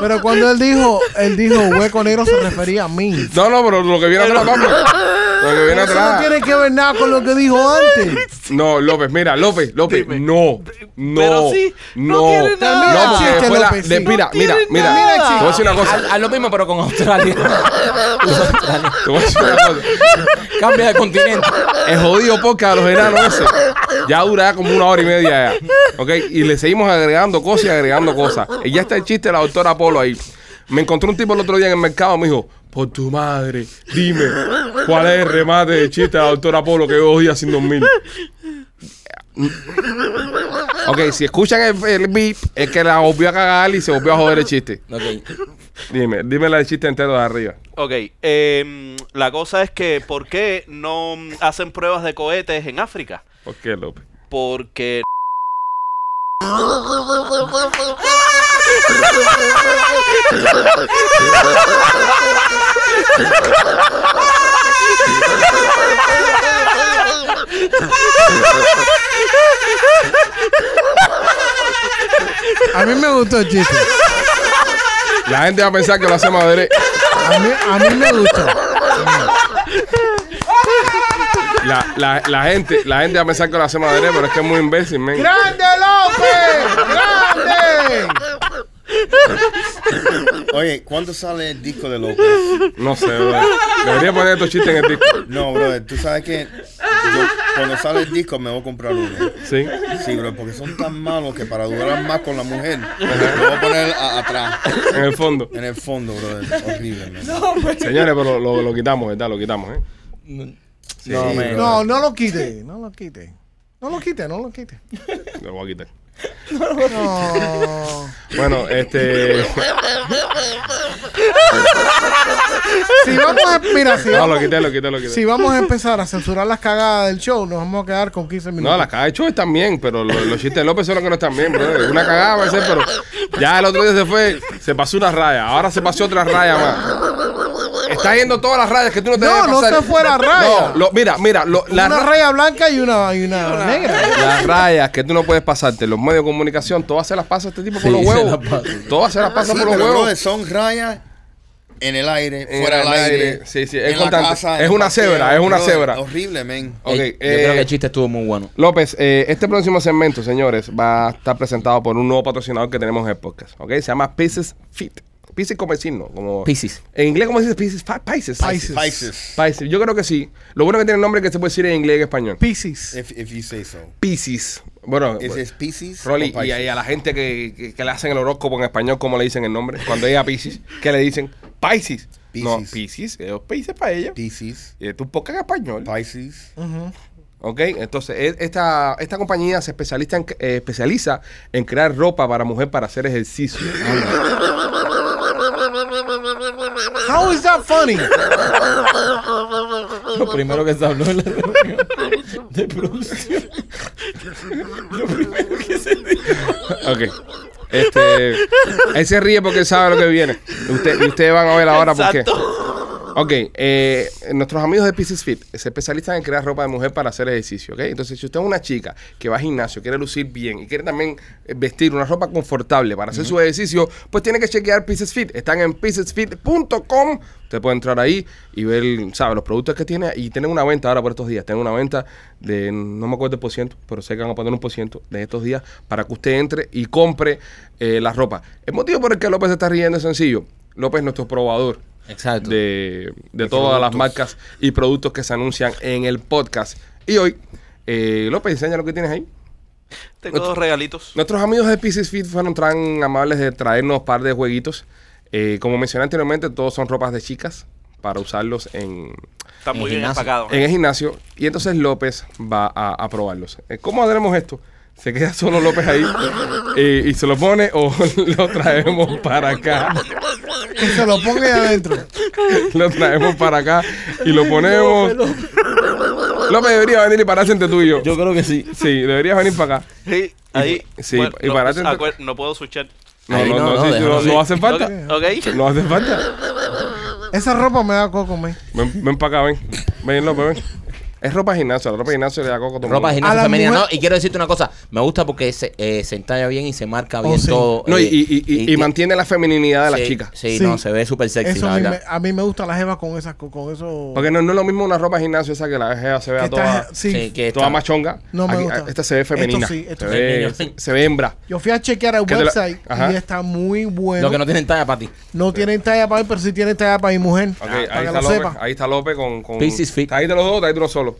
Speaker 4: Pero cuando él dijo, él dijo hueco negro se refería a mí.
Speaker 1: No, no, pero lo que viene atrás, López. Lo que viene
Speaker 4: Eso no
Speaker 1: atrás.
Speaker 4: tiene que ver nada con lo que dijo antes.
Speaker 1: No, López, mira, López, López,
Speaker 6: Dime.
Speaker 1: no, no,
Speaker 6: Pero sí, no
Speaker 1: no,
Speaker 6: tiene nada.
Speaker 1: no, porque
Speaker 4: Existe,
Speaker 1: después la-
Speaker 4: López,
Speaker 1: de-
Speaker 4: sí.
Speaker 1: mira,
Speaker 6: No
Speaker 1: mira,
Speaker 6: tiene
Speaker 1: mira,
Speaker 6: nada.
Speaker 1: te voy a decir una cosa,
Speaker 3: Haz lo mismo, pero con
Speaker 1: [LAUGHS]
Speaker 3: Australia.
Speaker 1: te voy a decir una cosa,
Speaker 3: Cambia de continente.
Speaker 1: es jodido porque a los enanos ese, ya dura ya como una hora y media ya, ok, y le seguimos agregando cosas y agregando cosas, y ya está el chiste de la doctora Polo ahí, me encontré un tipo el otro día en el mercado, me dijo, por tu madre, dime, ¿cuál es el remate de chiste de la doctora Polo que yo días sin dormir? Ok, si escuchan el, el beep, es que la volvió a cagar y se volvió a joder el chiste.
Speaker 3: Ok.
Speaker 1: Dime, dime la del chiste entero de arriba.
Speaker 6: Ok, eh, la cosa es que ¿por qué no hacen pruebas de cohetes en África?
Speaker 1: ¿Por qué, López?
Speaker 6: Porque...
Speaker 4: A mí me gustó el chiste.
Speaker 1: La gente va a pensar que lo hacemos a derecha.
Speaker 4: A mí, a mí me gustó.
Speaker 1: La, la, la gente, la gente va a pensar que lo hacemos a derecha, pero es que es muy imbécil, men.
Speaker 4: ¡Grande López! ¡Grande!
Speaker 5: Oye, ¿cuándo sale el disco de López?
Speaker 1: No sé, bro. Debería poner estos chistes en el disco.
Speaker 5: No, brother, tú sabes que yo, cuando sale el disco me voy a comprar uno.
Speaker 1: Sí.
Speaker 5: Sí, bro, porque son tan malos que para durar más con la mujer, lo voy a poner a- atrás,
Speaker 1: En el fondo.
Speaker 5: en el fondo, brother. Horrible, man.
Speaker 1: Señores, pero lo, lo quitamos, ¿verdad? Lo quitamos, ¿eh?
Speaker 5: Sí,
Speaker 3: No, man.
Speaker 5: brother.
Speaker 4: No, no lo quite, no lo quite. No lo quite, no lo quite.
Speaker 1: Lo voy a quitar.
Speaker 4: No.
Speaker 1: Bueno, este.
Speaker 4: Si vamos a, mira, si
Speaker 1: No, lo
Speaker 4: vamos,
Speaker 1: quité, lo quité, lo quité.
Speaker 4: si vamos a empezar a censurar las cagadas del show, nos vamos a quedar con 15
Speaker 1: No,
Speaker 4: minutos.
Speaker 1: las cagadas de Chávez están bien, pero lo- los chistes de López son los que no están bien, brother. Una cagada va a ser, pero ya el otro día se fue, se pasó una raya, ahora se pasó otra raya más. Está yendo todas las rayas que tú no te
Speaker 4: No,
Speaker 1: debes
Speaker 4: no
Speaker 1: pasar.
Speaker 4: se fuera raya.
Speaker 1: No, lo- mira, mira, lo- las
Speaker 4: una
Speaker 1: ra-
Speaker 4: raya blanca y una, y una negra.
Speaker 1: las rayas que tú no puedes pasarte, los medios de comunicación, todas se las pasa este tipo por
Speaker 3: Sí,
Speaker 1: los
Speaker 3: se
Speaker 1: huevos.
Speaker 3: las pasa.
Speaker 1: Todas se las pasa
Speaker 5: Sí,
Speaker 1: por los
Speaker 5: pero,
Speaker 1: huevos.
Speaker 5: brother, son rayas en el aire,
Speaker 1: En
Speaker 5: fuera
Speaker 1: el
Speaker 5: del aire.
Speaker 1: aire. Sí, sí, es
Speaker 5: en la
Speaker 1: constante.
Speaker 5: casa,
Speaker 1: Es
Speaker 5: en
Speaker 1: una
Speaker 5: cualquier-
Speaker 1: cebra, es una
Speaker 5: brother,
Speaker 1: cebra.
Speaker 5: Horrible, man.
Speaker 1: Ok,
Speaker 3: Ey, yo
Speaker 1: eh,
Speaker 3: creo que el chiste estuvo muy bueno.
Speaker 1: López, eh, este próximo segmento, señores, va a estar presentado por un nuevo patrocinador que tenemos en el podcast, ¿ok? Se llama Pieces Fit. Pieces como vecino, como...
Speaker 3: Pisces.
Speaker 1: ¿En inglés cómo se dice Pieces? Pa- Pieces.
Speaker 4: Pieces.
Speaker 5: Pisces,
Speaker 1: Pieces. Yo creo que sí. Lo bueno que tiene el nombre es que se puede decir en inglés y en español.
Speaker 4: Pisces.
Speaker 5: if, if you say so.
Speaker 1: Pieces. Bueno,
Speaker 5: ¿Es,
Speaker 1: bueno.
Speaker 5: es Pisces?
Speaker 1: Pues, Rolly,
Speaker 5: o Pisces?
Speaker 1: y a, y a la gente que, que- que le hacen el horóscopo en español, ¿cómo le dicen el nombre? Cuando llega Pisces, ¿qué le dicen? Pisces. No,
Speaker 5: Pisces.
Speaker 1: Pisces. Ellos Pisces para ellos.
Speaker 5: Pisces.
Speaker 1: Y tú poca en español.
Speaker 5: Pisces.
Speaker 1: ¿Ok? Entonces, e- esta, esta compañía se especializa en, eh, especializa en crear ropa para mujer para hacer ejercicio.
Speaker 4: How is that funny?
Speaker 3: Lo primero que
Speaker 1: [LAUGHS]
Speaker 3: se habló en la reunión de producción. Lo primero que se dijo.
Speaker 1: ok. Este, él se ríe porque él sabe lo que viene. Usted- y ustedes van a ver ahora por qué.
Speaker 6: Exacto. [LAUGHS]
Speaker 1: Ok, eh, nuestros amigos de Pieces Fit se especializan en crear ropa de mujer para hacer ejercicio, ¿ok? Entonces, si usted es una chica que va al gimnasio, quiere lucir bien y quiere también eh, vestir una ropa confortable para hacer su ejercicio, pues tiene que chequear Pieces Fit. Están en piecesfit.com. Usted puede entrar ahí y ver, ¿sabe? Los productos que tiene. Y tienen una venta ahora por estos días. Tienen una venta de, no me acuerdo el por ciento, pero sé que van a poner un por ciento de estos días para que usted entre y compre eh, la ropa. El motivo por el que López se está riendo es sencillo. López, nuestro probador
Speaker 3: Exacto.
Speaker 1: de, de todas las
Speaker 5: productos.
Speaker 1: marcas y productos que se anuncian en el podcast. Y hoy, eh, López, enseña lo que tienes ahí.
Speaker 6: Tengo dos regalitos.
Speaker 1: Nuestros amigos de Pieces Fit fueron tan amables de traernos un par de jueguitos. Eh, como mencioné anteriormente, todos son ropas de chicas para usarlos en,
Speaker 6: Están muy
Speaker 3: En
Speaker 6: bien
Speaker 3: gimnasio.
Speaker 6: empacados.
Speaker 1: en el gimnasio. Y entonces López va a, a probarlos. Eh, ¿Cómo haremos esto? ¿Se queda solo López ahí eh, y se lo pone o [LAUGHS] lo traemos para acá?
Speaker 4: Que se lo ponga ahí adentro.
Speaker 1: [LAUGHS] lo traemos para acá y
Speaker 4: [LAUGHS]
Speaker 1: lo ponemos. López, debería venir y pararse entre tú y yo.
Speaker 3: Yo creo que sí.
Speaker 1: Sí, deberías venir para acá.
Speaker 6: Sí, ahí.
Speaker 1: sí,
Speaker 6: Bueno,
Speaker 1: y
Speaker 6: no,
Speaker 1: para atender-
Speaker 6: acuer- no puedo switchar.
Speaker 1: No,
Speaker 3: Ahí
Speaker 1: no,
Speaker 3: no,
Speaker 1: no,
Speaker 3: no,
Speaker 1: sí,
Speaker 3: déjalo
Speaker 1: no,
Speaker 3: así.
Speaker 1: no hace falta.
Speaker 6: Ok.
Speaker 1: [LAUGHS]
Speaker 6: ok.
Speaker 1: No hace falta.
Speaker 4: Esa ropa me da coco, me.
Speaker 1: Ven, ven para acá, ven. Ven, López, ven. Es ropa de gimnasio, la ropa de gimnasio le da coco a todo el
Speaker 3: Ropa de
Speaker 1: mundo.
Speaker 4: A
Speaker 3: gimnasio
Speaker 4: la
Speaker 3: femenina.
Speaker 4: mujer-
Speaker 3: No, y quiero decirte una cosa. Me gusta porque se, eh, se entalla bien y se marca bien
Speaker 4: Oh, sí.
Speaker 3: todo.
Speaker 1: No, y,
Speaker 3: eh,
Speaker 1: y- y- y mantiene la feminidad de las
Speaker 3: sí,
Speaker 1: chicas.
Speaker 3: Sí,
Speaker 4: Sí.
Speaker 3: no, se ve súper sexy,
Speaker 4: Eso
Speaker 3: la
Speaker 4: a mí,
Speaker 3: verdad.
Speaker 4: me, a mí me gusta la jeva con esas con, con eso.
Speaker 1: Porque no, no es lo mismo una ropa de gimnasio esa que la jeva se
Speaker 4: que
Speaker 1: vea
Speaker 4: está-
Speaker 1: toda,
Speaker 4: sí.
Speaker 3: Sí, que
Speaker 1: toda
Speaker 3: está-
Speaker 1: machonga.
Speaker 4: No me gusta.
Speaker 1: Esta se ve
Speaker 4: Esto
Speaker 1: femenina.
Speaker 4: sí, esto
Speaker 1: se,
Speaker 4: sí.
Speaker 1: ve, se, se ve hembra.
Speaker 4: Yo fui a chequear el
Speaker 1: Que te la-
Speaker 4: website
Speaker 1: Ajá.
Speaker 4: y está muy bueno.
Speaker 3: Lo que no tienen talla para ti.
Speaker 4: No tienen talla para él, pero sí tienen talla para mi mujer.
Speaker 1: Ok,
Speaker 4: Ah, para
Speaker 1: ahí,
Speaker 4: que
Speaker 1: está
Speaker 4: lo
Speaker 1: López,
Speaker 4: sepa.
Speaker 1: ahí está López con... con
Speaker 3: Pieces fit.
Speaker 1: Ahí de los dos, ahí de uno solo.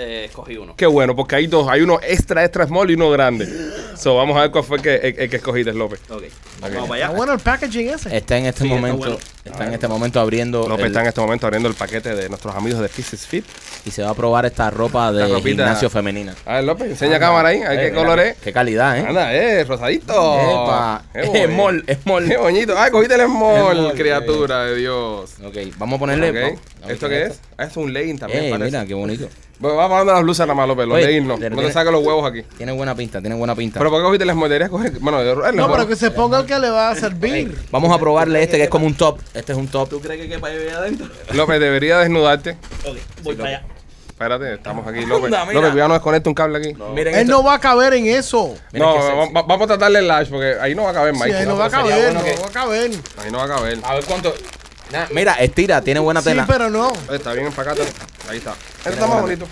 Speaker 6: Eh, escogí uno.
Speaker 1: Qué bueno, porque hay dos, hay uno extra, extra small y uno grande. So, vamos a ver cuál fue el que, el, el que escogiste, López.
Speaker 6: Ok. Vamos
Speaker 4: Está
Speaker 6: para allá.
Speaker 4: bueno el packaging ese.
Speaker 1: Eh,
Speaker 3: Está en este
Speaker 6: Sí, está
Speaker 3: momento.
Speaker 6: bueno.
Speaker 3: Está, en este momento abriendo.
Speaker 1: López
Speaker 3: el-
Speaker 1: está en este momento abriendo el paquete de nuestros amigos de Pieces Fit.
Speaker 3: Y se va a probar esta ropa de
Speaker 1: La ropita.
Speaker 3: gimnasio femenina.
Speaker 1: A ver, López, enseña cámara ahí, a ver
Speaker 3: Eh,
Speaker 1: qué
Speaker 3: mira,
Speaker 1: color es.
Speaker 3: Qué calidad, ¿eh?
Speaker 1: Anda, eh, rosadito.
Speaker 3: Epa,
Speaker 1: Qué
Speaker 3: es
Speaker 1: bonito.
Speaker 3: small, es small.
Speaker 1: Qué bonito. Ah, cogiste el small,
Speaker 3: Es small,
Speaker 1: criatura de Dios.
Speaker 3: Ok, vamos a ponerle.
Speaker 1: Ok,
Speaker 3: vamos-
Speaker 1: ¿Esto qué es? Ah, es un legging también,
Speaker 3: Eh,
Speaker 1: parece.
Speaker 3: mira, qué bonito.
Speaker 1: Bueno, vamos a poner las blusas nada más, López, los
Speaker 3: Oye,
Speaker 1: leggings no.
Speaker 3: pero
Speaker 1: No te
Speaker 3: tiene-
Speaker 1: saques los huevos aquí.
Speaker 3: Tiene buena pinta, tiene buena pinta.
Speaker 1: Pero ¿por qué cogiste el small? Deberías coger... Bueno, Eh, el
Speaker 4: No,
Speaker 1: small.
Speaker 4: pero que se ponga el que le va a servir.
Speaker 3: Vamos a probarle este que es como un top. Este es un top.
Speaker 6: ¿Tú crees que quepa ahí adentro?
Speaker 1: López, debería desnudarte.
Speaker 6: Ok, voy para allá.
Speaker 1: Espérate, estamos aquí, López.
Speaker 3: Anda, mira.
Speaker 1: López, cuidado, no desconecta un cable aquí.
Speaker 3: Miren
Speaker 4: Él
Speaker 3: esto.
Speaker 4: no va a caber en eso.
Speaker 3: Mira
Speaker 1: no,
Speaker 3: qué sexy.
Speaker 1: va- va- vamos a tratarle el lash porque ahí no va a caber,
Speaker 4: Sí,
Speaker 1: Mike.
Speaker 4: ahí no va a
Speaker 1: Sería
Speaker 4: caber,
Speaker 1: bueno
Speaker 4: no
Speaker 1: que-
Speaker 4: va a caber.
Speaker 1: Ahí no va a caber.
Speaker 3: A ver cuánto. Nah, mira, estira, tiene buena
Speaker 4: Sí,
Speaker 3: tela.
Speaker 4: pero no.
Speaker 1: Oye, está bien empacado. Ahí está. Este está más bonito.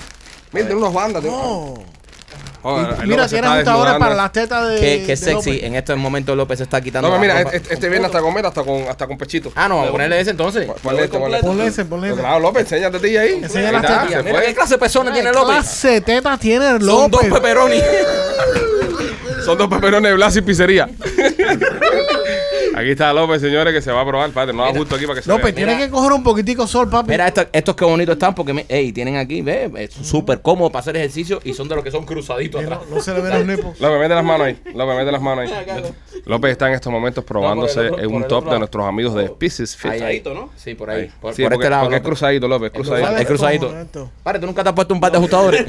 Speaker 1: Mira, tiene unos bandas. tío.
Speaker 4: No.
Speaker 1: Joder, el
Speaker 4: Mira,
Speaker 1: López se
Speaker 4: tienes
Speaker 1: está
Speaker 4: justo ahora
Speaker 1: desnudando.
Speaker 4: para las tetas de.
Speaker 3: Qué, qué
Speaker 4: de
Speaker 3: sexy.
Speaker 4: López.
Speaker 3: En estos momentos López se está quitando.
Speaker 1: No, pero
Speaker 3: la
Speaker 1: mira,
Speaker 3: ropa.
Speaker 1: este, este viene hasta comer, hasta con, hasta con pechito.
Speaker 3: Ah, no, vamos a ponerle ese entonces.
Speaker 1: Ponle este, ponle este.
Speaker 4: Ponle ese, ponle ese.
Speaker 1: Claro, López, enséñate a ti ahí.
Speaker 4: Enseña
Speaker 1: Ahí
Speaker 4: las
Speaker 1: está,
Speaker 4: tetas.
Speaker 1: se
Speaker 3: Mira
Speaker 1: este, fue.
Speaker 3: qué clase de personas tiene López.
Speaker 4: clase de tetas tiene
Speaker 3: Son dos
Speaker 4: López?
Speaker 3: peperoni.
Speaker 1: Son dos peperones de Blas y pizzería. [LAUGHS] aquí está López, señores, que se va a probar. Padre, no da justo aquí para que se
Speaker 4: López,
Speaker 1: vea.
Speaker 4: tiene
Speaker 3: Mira.
Speaker 4: que coger un poquitico sol, papi.
Speaker 3: Mira, esto- estos qué bonitos están porque, me- ey, tienen aquí, ve, es súper cómodo para hacer ejercicio y son de los que son cruzaditos
Speaker 4: Que
Speaker 3: atrás.
Speaker 4: no, no se le ven los nipos.
Speaker 1: López, mete las manos ahí. López, mete las manos ahí. López está en estos momentos probándose
Speaker 3: otro-
Speaker 1: en
Speaker 3: por
Speaker 1: un
Speaker 3: el
Speaker 1: top
Speaker 3: otro
Speaker 1: de
Speaker 3: lado.
Speaker 1: nuestros amigos de Pieces Fit.
Speaker 3: [LAUGHS] Ahí, ahí.
Speaker 6: Cruzadito, ¿no?
Speaker 3: Sí, por ahí. Por,
Speaker 1: Sí,
Speaker 3: por
Speaker 1: porque,
Speaker 3: este lado.
Speaker 1: porque es
Speaker 3: López.
Speaker 1: cruzadito, López, es cruzadito.
Speaker 3: Es cruzadito.
Speaker 4: Momento.
Speaker 3: Pare, tú nunca te has puesto un par de
Speaker 6: [LAUGHS]
Speaker 3: ajustadores.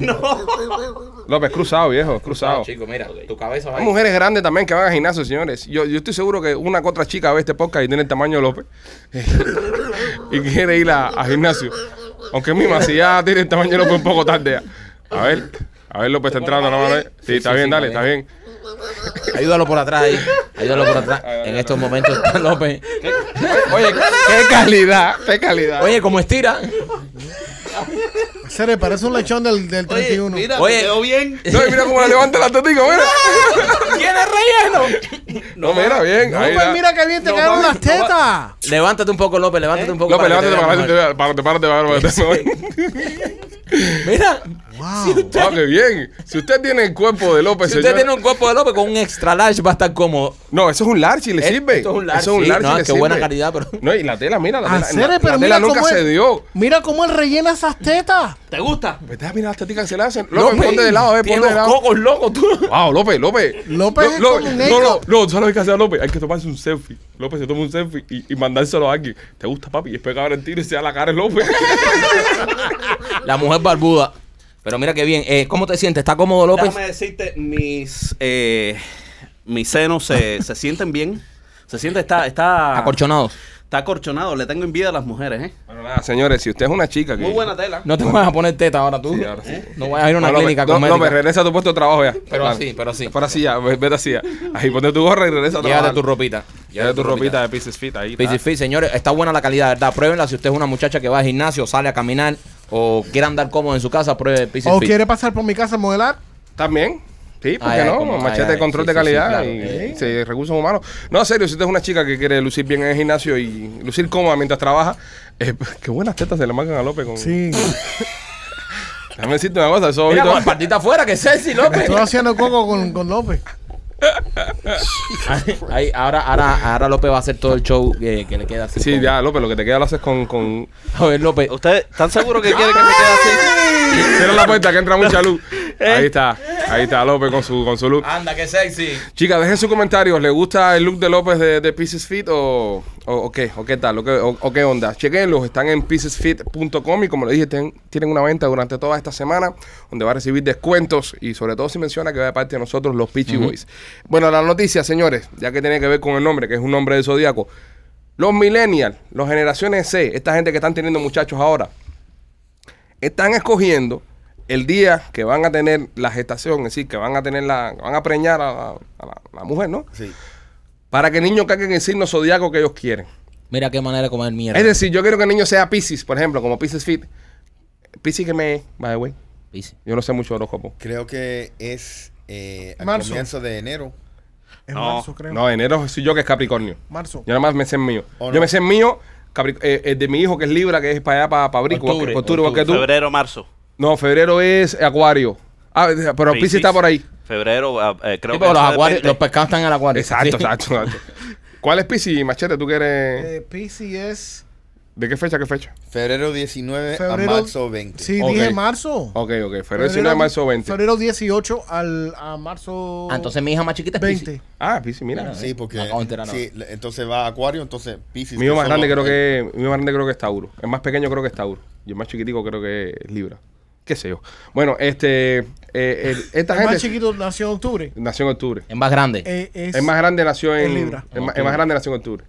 Speaker 1: López, es cruzado, viejo, es cruzado.
Speaker 3: Chico, mira, tu cabeza va
Speaker 1: Hay
Speaker 3: ahí.
Speaker 1: mujeres grandes también que van al gimnasio, señores. Yo, yo estoy seguro que una que otra chica ve este podcast y tiene el tamaño de López eh, [LAUGHS] y quiere ir a, a gimnasio. Aunque mi ya tiene el tamaño de López un poco tarde. ya. A ver, a ver, López está entrando, no vale. Sí,
Speaker 3: Sí,
Speaker 1: está
Speaker 3: sí,
Speaker 1: bien,
Speaker 3: sí,
Speaker 1: dale,
Speaker 3: está
Speaker 1: está bien.
Speaker 3: Ayúdalo por atrás ahí. Ayúdalo por atrás.
Speaker 1: ay,
Speaker 3: En
Speaker 1: ay.
Speaker 3: estos momentos está López.
Speaker 1: Oye, qué calidad, qué calidad.
Speaker 3: Oye, como estira.
Speaker 4: Se le parece un lechón del, del 31.
Speaker 6: mira,
Speaker 3: Oye.
Speaker 6: te quedó bien.
Speaker 1: No, y mira cómo la levanta la tetica, mira.
Speaker 3: [LAUGHS] ¡Tiene relleno!
Speaker 1: No, mira, bien.
Speaker 4: no,
Speaker 1: ahí
Speaker 4: pues
Speaker 1: da.
Speaker 4: mira que bien te quedaron las tetas.
Speaker 3: Levántate un poco, López. Levántate un poco.
Speaker 1: ¿Eh? López,
Speaker 3: para
Speaker 1: levántate
Speaker 3: que
Speaker 1: para adelante,
Speaker 3: te vea
Speaker 1: te vea- párate, párate, párate, párate.
Speaker 3: mejor. Mira,
Speaker 4: Wow.
Speaker 1: Ah, qué bien. Si usted tiene el cuerpo de López,
Speaker 3: si usted
Speaker 1: señores-
Speaker 3: tiene un cuerpo de López con un extra large va a estar cómodo.
Speaker 1: No, eso es un large y le
Speaker 3: Eh,
Speaker 1: sirve.
Speaker 3: esto es un large,
Speaker 1: Eso es un
Speaker 3: sí.
Speaker 1: large
Speaker 3: No,
Speaker 1: y le
Speaker 3: qué
Speaker 1: sirve.
Speaker 3: buena calidad, pero-
Speaker 1: No, y la tela, mira, la
Speaker 4: Ah,
Speaker 1: tela,
Speaker 4: Cere,
Speaker 1: la-
Speaker 4: pero
Speaker 1: la
Speaker 4: mira
Speaker 1: tela nunca
Speaker 4: cómo
Speaker 1: se
Speaker 4: él-
Speaker 1: dio. Pues
Speaker 4: Mira cómo él rellena esas tetas.
Speaker 6: ¿Te gusta?
Speaker 1: Vete a mirar las tetas que se le hacen. López, ponte de lado, eh,
Speaker 3: tiene
Speaker 1: ponte de
Speaker 3: los
Speaker 1: lado.
Speaker 3: cocos locos, tú.
Speaker 1: Wow, López, López.
Speaker 4: López es
Speaker 1: Lo-
Speaker 4: como un
Speaker 1: no,
Speaker 4: negro.
Speaker 1: no, no, tú sabes lo que hay que hacer López. Hay que tomarse un selfie. López se toma un selfie y, y mandárselo a alguien. ¿Te gusta, papi? Y después que abra el tiro y se da la cara de López. [LAUGHS]
Speaker 3: La mujer barbuda. Pero mira qué bien. Eh, ¿Cómo te sientes? ¿Está cómodo, López?
Speaker 6: Déjame decirte, mis, [LAUGHS] eh, mis senos se, se sienten bien. Se siente, está, está,
Speaker 3: Acorchonados.
Speaker 7: Está acorchonado, le tengo envidia a las mujeres, ¿eh?
Speaker 1: Bueno, nada, señores, si usted es una chica que...
Speaker 7: Muy buena tela.
Speaker 3: No te vas a poner teta ahora tú.
Speaker 1: Sí, ahora sí.
Speaker 3: No vayas a ir a una
Speaker 1: No, López,
Speaker 3: clínica
Speaker 1: no,
Speaker 3: cosmética.
Speaker 1: López, regresa a tu puesto de trabajo ya.
Speaker 3: Pero
Speaker 1: Vale.
Speaker 3: así, pero así.
Speaker 1: Para así ya, ve- vete así ya. Ahí ponte tu gorra y regresa a
Speaker 3: Llévate
Speaker 1: trabajar.
Speaker 3: tu ropita.
Speaker 1: Llévate tu ropita de Pieces Fit ahí.
Speaker 3: Pizzy
Speaker 1: está.
Speaker 3: Fit, señores, está buena la calidad, ¿verdad? Pruébenla si usted es una muchacha que va al gimnasio, sale a caminar o quiere andar cómodo en su casa, pruebe Pizzy
Speaker 4: ¿O
Speaker 3: Fit.
Speaker 4: quiere pasar por mi casa a modelar?
Speaker 1: También. Sí, ¿por
Speaker 3: Ay,
Speaker 1: qué
Speaker 3: ay,
Speaker 1: no?
Speaker 3: como-
Speaker 1: Machete
Speaker 3: ay,
Speaker 1: de
Speaker 3: ay,
Speaker 1: control
Speaker 3: sí,
Speaker 1: de
Speaker 3: sí, sí,
Speaker 1: calidad
Speaker 3: claro. Eh.
Speaker 1: y sí, recursos humanos. No, en serio, si usted es una chica que quiere lucir bien en el gimnasio y lucir cómoda mientras trabaja, eh, qué buenas tetas se le marcan a López. Con...
Speaker 4: Sí.
Speaker 1: [LAUGHS] Déjame decirte una cosa, eso
Speaker 3: Mira, con la partita afuera, que Ceci López.
Speaker 4: Estoy haciendo coco con, con López.
Speaker 3: Ahí, ahora, ahora, ahora López va a hacer todo el show eh, que le queda así.
Speaker 1: Sí, ya, López, lo que te queda lo haces con... con...
Speaker 3: A ver, López.
Speaker 6: ¿Ustedes están seguros que quieren que se [LAUGHS] quede así?
Speaker 1: Cierra la puerta que entra mucha
Speaker 3: [LAUGHS]
Speaker 1: luz.
Speaker 3: Eh.
Speaker 1: Ahí está, ahí está López con su, con su look.
Speaker 3: Anda, qué sexy.
Speaker 1: Chicas, dejen sus comentarios. ¿Le gusta el look de López de, de Pieces Fit o, o, o qué? ¿O qué tal? ¿O qué, o- o qué onda? Chequenlos. Están en piecesfit.com y como les dije, ten- tienen una venta durante toda esta semana donde va a recibir descuentos y sobre todo si menciona que va de parte de nosotros los Peachy Boys. Bueno, la noticia, señores, ya que tiene que ver con el nombre, que es un nombre de zodiaco. Los millennials, los generaciones C, esta gente que están teniendo muchachos ahora, están escogiendo el día que van a tener la gestación, es decir, que van a tener la, van a preñar a la, a la- a la mujer, ¿no?
Speaker 5: Sí.
Speaker 1: Para que el niño caiga en el signo zodiaco que ellos quieren.
Speaker 3: Mira qué manera de comer mierda.
Speaker 1: Es decir, yo quiero que el niño sea Pisces, por ejemplo, como Pisces Fit. Pisces que me es, by the way.
Speaker 3: Pizzy.
Speaker 1: Yo no sé mucho horóscopo.
Speaker 5: Creo que es eh, al
Speaker 4: Marzo.
Speaker 5: comienzo de enero.
Speaker 4: En
Speaker 6: No.
Speaker 4: marzo, creo.
Speaker 1: No, enero soy yo que es Capricornio.
Speaker 4: Marzo.
Speaker 1: Yo nada más me sé el mío.
Speaker 5: ¿O
Speaker 1: Yo
Speaker 5: no?
Speaker 1: me sé el mío, Capri- eh, el de mi hijo que es Libra, que es para allá, para, para Brico,
Speaker 3: Octubre,
Speaker 1: igual que- igual que tú.
Speaker 6: Febrero, marzo.
Speaker 1: No, febrero es Acuario. Ah, pero Pisces está por ahí.
Speaker 6: Febrero, ah, eh, creo
Speaker 3: Sí,
Speaker 6: que
Speaker 3: pero los,
Speaker 6: eso
Speaker 3: acuarios,
Speaker 6: depende.
Speaker 3: los pescados están en el acuario.
Speaker 1: Exacto,
Speaker 3: Sí.
Speaker 1: exacto, exacto. ¿Cuál es Pisces, Machete? ¿Tú que eres?
Speaker 4: Eh, Pisi es
Speaker 1: ¿De qué fecha a qué fecha?
Speaker 5: Febrero
Speaker 1: Eh,
Speaker 5: 19
Speaker 4: febrero.
Speaker 5: a marzo 20.
Speaker 4: Sí,
Speaker 1: Ok.
Speaker 4: dije marzo.
Speaker 1: Ok, ok. Febrero 19 de marzo 20.
Speaker 4: Febrero 18 al, a marzo
Speaker 3: Ah, entonces mi hija más chiquita es Pizzy.
Speaker 4: 20.
Speaker 1: Ah, Pisces, mira.
Speaker 5: Sí, porque
Speaker 3: Acabo de enterar
Speaker 5: sí, le- entonces va a Acuario, entonces Pisces.
Speaker 1: mío
Speaker 5: que
Speaker 1: más
Speaker 5: son
Speaker 1: grande
Speaker 5: los-
Speaker 1: creo que mío más grande creo que es Tauro. El más pequeño creo que es Tauro. Y el más chiquitico creo que es Libra. Qué sé yo. Bueno, este eh,
Speaker 4: [LAUGHS]
Speaker 1: el- esta
Speaker 4: El más
Speaker 1: gente
Speaker 4: chiquito nació en octubre.
Speaker 1: nació en octubre.
Speaker 3: Es más grande.
Speaker 4: Eh, es,
Speaker 1: El más grande nació en
Speaker 4: en Libra.
Speaker 1: El, ma- el más grande nació en octubre.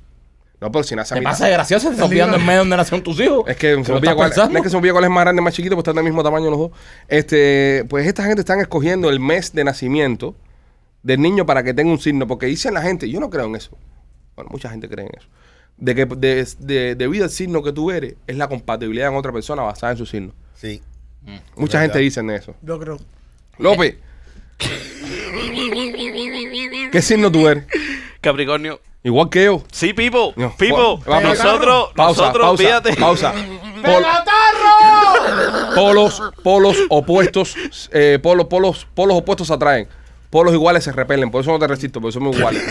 Speaker 1: No, pero si nace a
Speaker 3: ¿Te
Speaker 1: mitad.
Speaker 3: pasa de gracioso? Te estás olvidando en medio donde nacieron tus hijos.
Speaker 1: Es que, se
Speaker 3: ¿Te lo
Speaker 1: me olvida
Speaker 3: estás
Speaker 1: cuál,
Speaker 3: pensando?
Speaker 1: es que se me olvida cuál es más grande, más chiquito, porque están del mismo tamaño los dos. Este, pues esta gente están escogiendo el mes de nacimiento del niño para que tenga un signo, porque dicen la gente, yo no creo en eso. Bueno, mucha gente cree en eso. De que de- de- debido al signo que tú eres, es la compatibilidad con otra persona basada en su signo.
Speaker 5: Sí.
Speaker 1: Mucha
Speaker 5: verdad.
Speaker 1: gente dice eso.
Speaker 4: Yo creo.
Speaker 1: López. ¿Qué signo tú eres?
Speaker 6: Capricornio.
Speaker 1: Igual que yo.
Speaker 6: Sí, Pipo.
Speaker 1: No.
Speaker 6: Pipo.
Speaker 1: Vamos.
Speaker 6: Nosotros,
Speaker 1: Pausa,
Speaker 6: nosotros,
Speaker 1: pausa,
Speaker 6: fíjate. [LAUGHS]
Speaker 1: pausa. Pol- polos, polos opuestos, eh, polos, polos, polos opuestos se atraen. Polos iguales se repelen, por eso no te resisto, por eso somos iguales.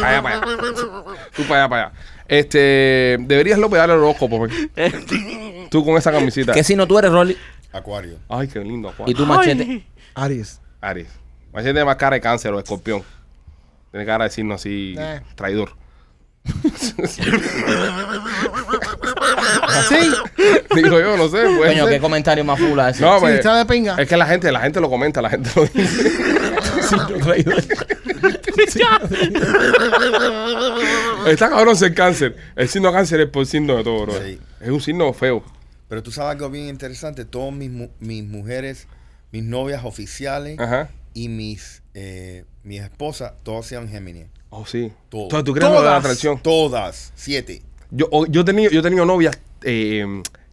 Speaker 1: Pa' allá, para allá. Tú para allá, para allá. Este, deberías López darle el horóscopo.
Speaker 6: [LAUGHS]
Speaker 1: porque Tú con esa camisita.
Speaker 3: ¿Qué signo tú eres, Rolly?
Speaker 5: Acuario.
Speaker 1: Ay, qué lindo, Juan.
Speaker 3: Y tú, machete.
Speaker 4: Aries.
Speaker 1: Aries. Machete tiene más cara de cáncer o de escorpión. Tiene cara de signo así,
Speaker 4: Eh.
Speaker 1: traidor.
Speaker 4: ¿Así?
Speaker 1: Digo yo, no sé. puede
Speaker 3: Coño,
Speaker 1: ser.
Speaker 3: qué comentario más fula ese.
Speaker 1: Pues, No,
Speaker 4: Sí,
Speaker 1: pues,
Speaker 4: está de pinga.
Speaker 1: Es que la gente, la gente lo comenta, la gente lo dice. [LAUGHS] Está cabrón ser cáncer. El signo cáncer es por signo de todo, bro.
Speaker 5: Sí.
Speaker 1: Es un signo feo.
Speaker 5: Pero tú sabes algo bien interesante. Todas mis, mu- mis mujeres, mis novias oficiales
Speaker 1: Ajá.
Speaker 5: y mis, eh, mis esposas, todas sean Géminis.
Speaker 1: Oh, sí.
Speaker 5: Todo.
Speaker 1: Entonces, ¿tú crees en lo de la
Speaker 4: Todas.
Speaker 1: atracción?
Speaker 5: Todas. Siete.
Speaker 1: Yo, o- yo, he tenido, yo he tenido novias eh,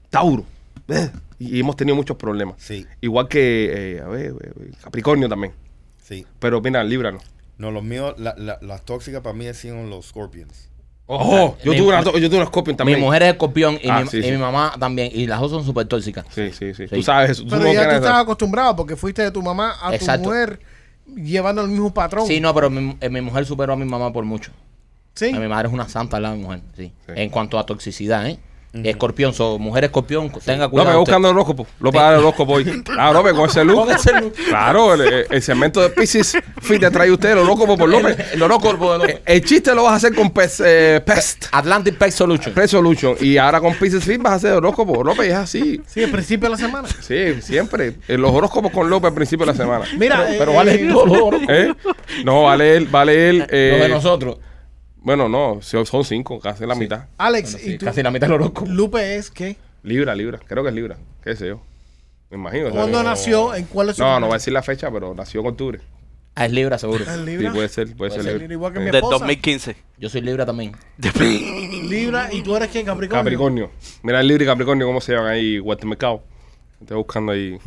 Speaker 1: Tauro. Eh, Y hemos tenido muchos problemas.
Speaker 5: Sí.
Speaker 1: Igual que, eh, a ver, eh, Capricornio también.
Speaker 5: Sí.
Speaker 1: Pero mira, líbranos.
Speaker 5: No, los míos, la- la- las tóxicas para mí han sido los Scorpions.
Speaker 1: Oh, yo,
Speaker 3: mi-
Speaker 1: tuve una, to- yo tuve una Scorpion
Speaker 3: Mi
Speaker 1: también.
Speaker 3: mujer es escorpión y,
Speaker 1: Ah,
Speaker 3: mi,
Speaker 1: sí,
Speaker 3: y
Speaker 1: sí.
Speaker 3: mi mamá también. Y las dos son súper tóxicas.
Speaker 1: Sí, sí, sí,
Speaker 3: Sí.
Speaker 1: Tú sabes eso. Tú
Speaker 4: Pero
Speaker 1: no
Speaker 4: ya tú
Speaker 1: tienes-
Speaker 4: estabas acostumbrado porque fuiste de tu mamá a
Speaker 3: Exacto.
Speaker 4: tu mujer llevando el mismo patrón.
Speaker 3: Sí, no, pero mi, eh, mi mujer superó a mi mamá por mucho.
Speaker 4: ¿Sí?
Speaker 3: A mi madre es una santa la mujer, sí.
Speaker 1: Sí.
Speaker 3: En cuanto a toxicidad, ¿eh? Escorpión, so, mujer escorpión, tenga
Speaker 1: López,
Speaker 3: cuidado. usted.
Speaker 1: buscando el horóscopo. López, dale el horóscopo hoy. Claro, López, con ese look.
Speaker 3: Con ese look.
Speaker 1: Claro, el, el segmento de Pisces Fit te trae usted el horóscopo por López.
Speaker 3: El- el horóscopo de López.
Speaker 1: Eh, El chiste lo vas a hacer con pes- eh, Pest.
Speaker 3: Atlantic Pest Solution.
Speaker 1: Pest Solution. Y ahora con Pisces Fit vas a hacer horóscopo. López, es así.
Speaker 4: Sí, al principio de la semana.
Speaker 1: Sí, siempre. Eh, Los horóscopos con López al principio de la
Speaker 6: [LAUGHS]
Speaker 1: semana.
Speaker 4: Mira, eh,
Speaker 3: Pero vale
Speaker 4: eh,
Speaker 3: todo. lo-
Speaker 1: ¿Eh? No, vale él, vale él.
Speaker 3: Lo de
Speaker 1: Eh,
Speaker 3: nosotros.
Speaker 1: Bueno, no, so- son cinco, casi la mitad.
Speaker 4: [LAUGHS] Alex,
Speaker 3: Sí,
Speaker 4: y tú,
Speaker 3: casi la mitad del horóscopo.
Speaker 4: Lupe es que
Speaker 1: Libra, libra. Creo que es libra. ¿Qué sé yo? Me imagino. o sea,
Speaker 4: ¿Cuándo
Speaker 1: que-
Speaker 4: nació? ¿En cuál es su
Speaker 1: No, no voy a decir la fecha, pero nació en octubre.
Speaker 3: Ah, es Libra, seguro.
Speaker 4: ¿Es
Speaker 1: Sí,
Speaker 4: Libra?
Speaker 1: puede ser, puede ser
Speaker 4: ser
Speaker 1: libra.
Speaker 4: igual que mi
Speaker 1: Eh,
Speaker 6: Del
Speaker 4: esposa.
Speaker 6: 2015.
Speaker 3: Yo soy Libra también.
Speaker 4: Libra y tú eres quién, Capricornio.
Speaker 1: Capricornio. Mira el libro y Capricornio, ¿cómo se llaman ahí? Guatemalcao. Estoy buscando ahí.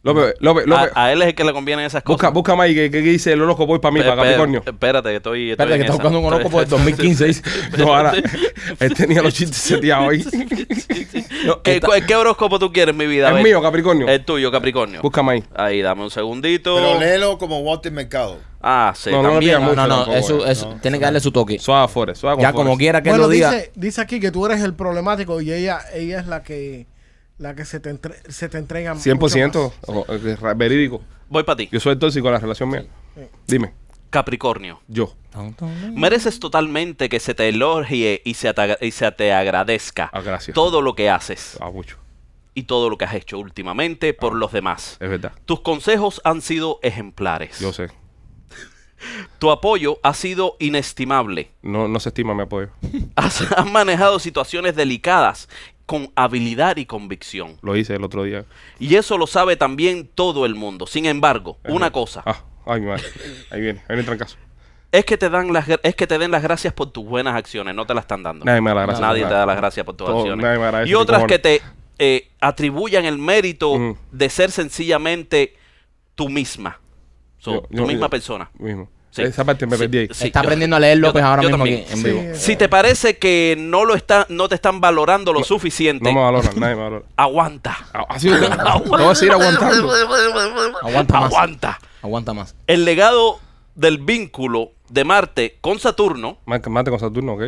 Speaker 1: López, López, López.
Speaker 6: A, a él es el que le convienen esas
Speaker 1: Busca,
Speaker 6: cosas.
Speaker 1: busca más que, que dice el horóscopo hoy para mí,
Speaker 6: Pe-
Speaker 1: para
Speaker 6: pe-
Speaker 1: Capricornio.
Speaker 6: Espérate, que estoy. estoy
Speaker 3: Espérate, que
Speaker 6: en
Speaker 3: está
Speaker 6: esa.
Speaker 3: buscando un horóscopo del
Speaker 6: Estoy-
Speaker 1: [LAUGHS]
Speaker 3: 2015.
Speaker 1: No, ahora. [LAUGHS] Él tenía los chistes seteados
Speaker 6: [LAUGHS]
Speaker 1: ahí.
Speaker 6: No, ¿Qué, cu- qué horóscopo tú quieres, mi vida? A
Speaker 1: Es
Speaker 6: ver.
Speaker 1: mío, Capricornio.
Speaker 6: El tuyo, Capricornio.
Speaker 1: Búscame ahí.
Speaker 6: Ahí, dame un segundito.
Speaker 5: Pero léelo como Walter Mercado.
Speaker 6: Ah, sí.
Speaker 1: No, no,
Speaker 6: también.
Speaker 1: digas
Speaker 3: No, no, no.
Speaker 1: tampoco,
Speaker 3: Eso,
Speaker 1: eh.
Speaker 3: eso, tiene que darle su toque.
Speaker 1: Suave Forest, suave con
Speaker 3: Ya
Speaker 1: Forest.
Speaker 3: como quiera que él
Speaker 4: Bueno,
Speaker 3: lo diga.
Speaker 4: dice, dice aquí que tú eres el problemático y ella ella es la que la que se te, entre- se te entrega mucho
Speaker 1: 100%,
Speaker 4: más.
Speaker 1: ojo, eh, ra- verídico.
Speaker 6: Voy para ti.
Speaker 1: Yo soy el tóxico en la relación mía. Dime,
Speaker 6: Capricornio.
Speaker 1: yo.
Speaker 6: Mereces totalmente que se te elogie y se, ata- y se te agradezca
Speaker 1: Ah, gracias.
Speaker 6: todo lo que haces
Speaker 1: Ah, mucho.
Speaker 6: y todo lo que has hecho últimamente por los demás.
Speaker 1: Es verdad.
Speaker 6: Tus consejos han sido ejemplares.
Speaker 1: Eh. Yo sé.
Speaker 6: Tu apoyo ha sido inestimable.
Speaker 1: No, no se estima mi apoyo.
Speaker 6: Has, [LAUGHS] has manejado situaciones delicadas con habilidad y convicción.
Speaker 1: Lo hice el otro día.
Speaker 6: Y eso lo sabe también todo el mundo. Sin embargo, una cosa
Speaker 1: Ah, ay, mi madre. Ahí viene, ahí viene el trancazo.
Speaker 6: es que te dan las gra- es que te den las gracias por tus buenas acciones, no te las están dando.
Speaker 1: Nadie me da las gracias.
Speaker 6: Nadie
Speaker 1: Nada.
Speaker 6: te da las gracias por tus
Speaker 1: Todo-
Speaker 6: acciones.
Speaker 1: nadie me agradece,
Speaker 6: y otras
Speaker 1: cojones.
Speaker 6: que te eh, atribuyan el mérito
Speaker 1: Mm.
Speaker 6: de ser sencillamente tú misma. So,
Speaker 1: Yo-
Speaker 6: tu
Speaker 1: yo-
Speaker 6: misma
Speaker 1: yo-
Speaker 6: persona.
Speaker 1: Mismo.
Speaker 6: Sí.
Speaker 1: Esa parte me
Speaker 6: Sí,
Speaker 1: perdí ahí.
Speaker 6: sí,
Speaker 3: está
Speaker 6: yo-
Speaker 3: aprendiendo a leer
Speaker 6: yo-
Speaker 3: López ahora
Speaker 6: yo
Speaker 3: mismo aquí
Speaker 6: también.
Speaker 3: en vivo.
Speaker 4: Sí.
Speaker 6: Si te parece que no lo está, no te están valorando lo suficiente,
Speaker 1: No me valoran, nadie me valora. [LAUGHS]
Speaker 6: aguanta.
Speaker 1: Ah, Así que todo seguir aguantando.
Speaker 3: Aguanta más.
Speaker 6: Aguanta.
Speaker 3: Aguanta más.
Speaker 6: El legado del vínculo de Marte con Saturno,
Speaker 1: Mate, mate con Saturno, ¿ok?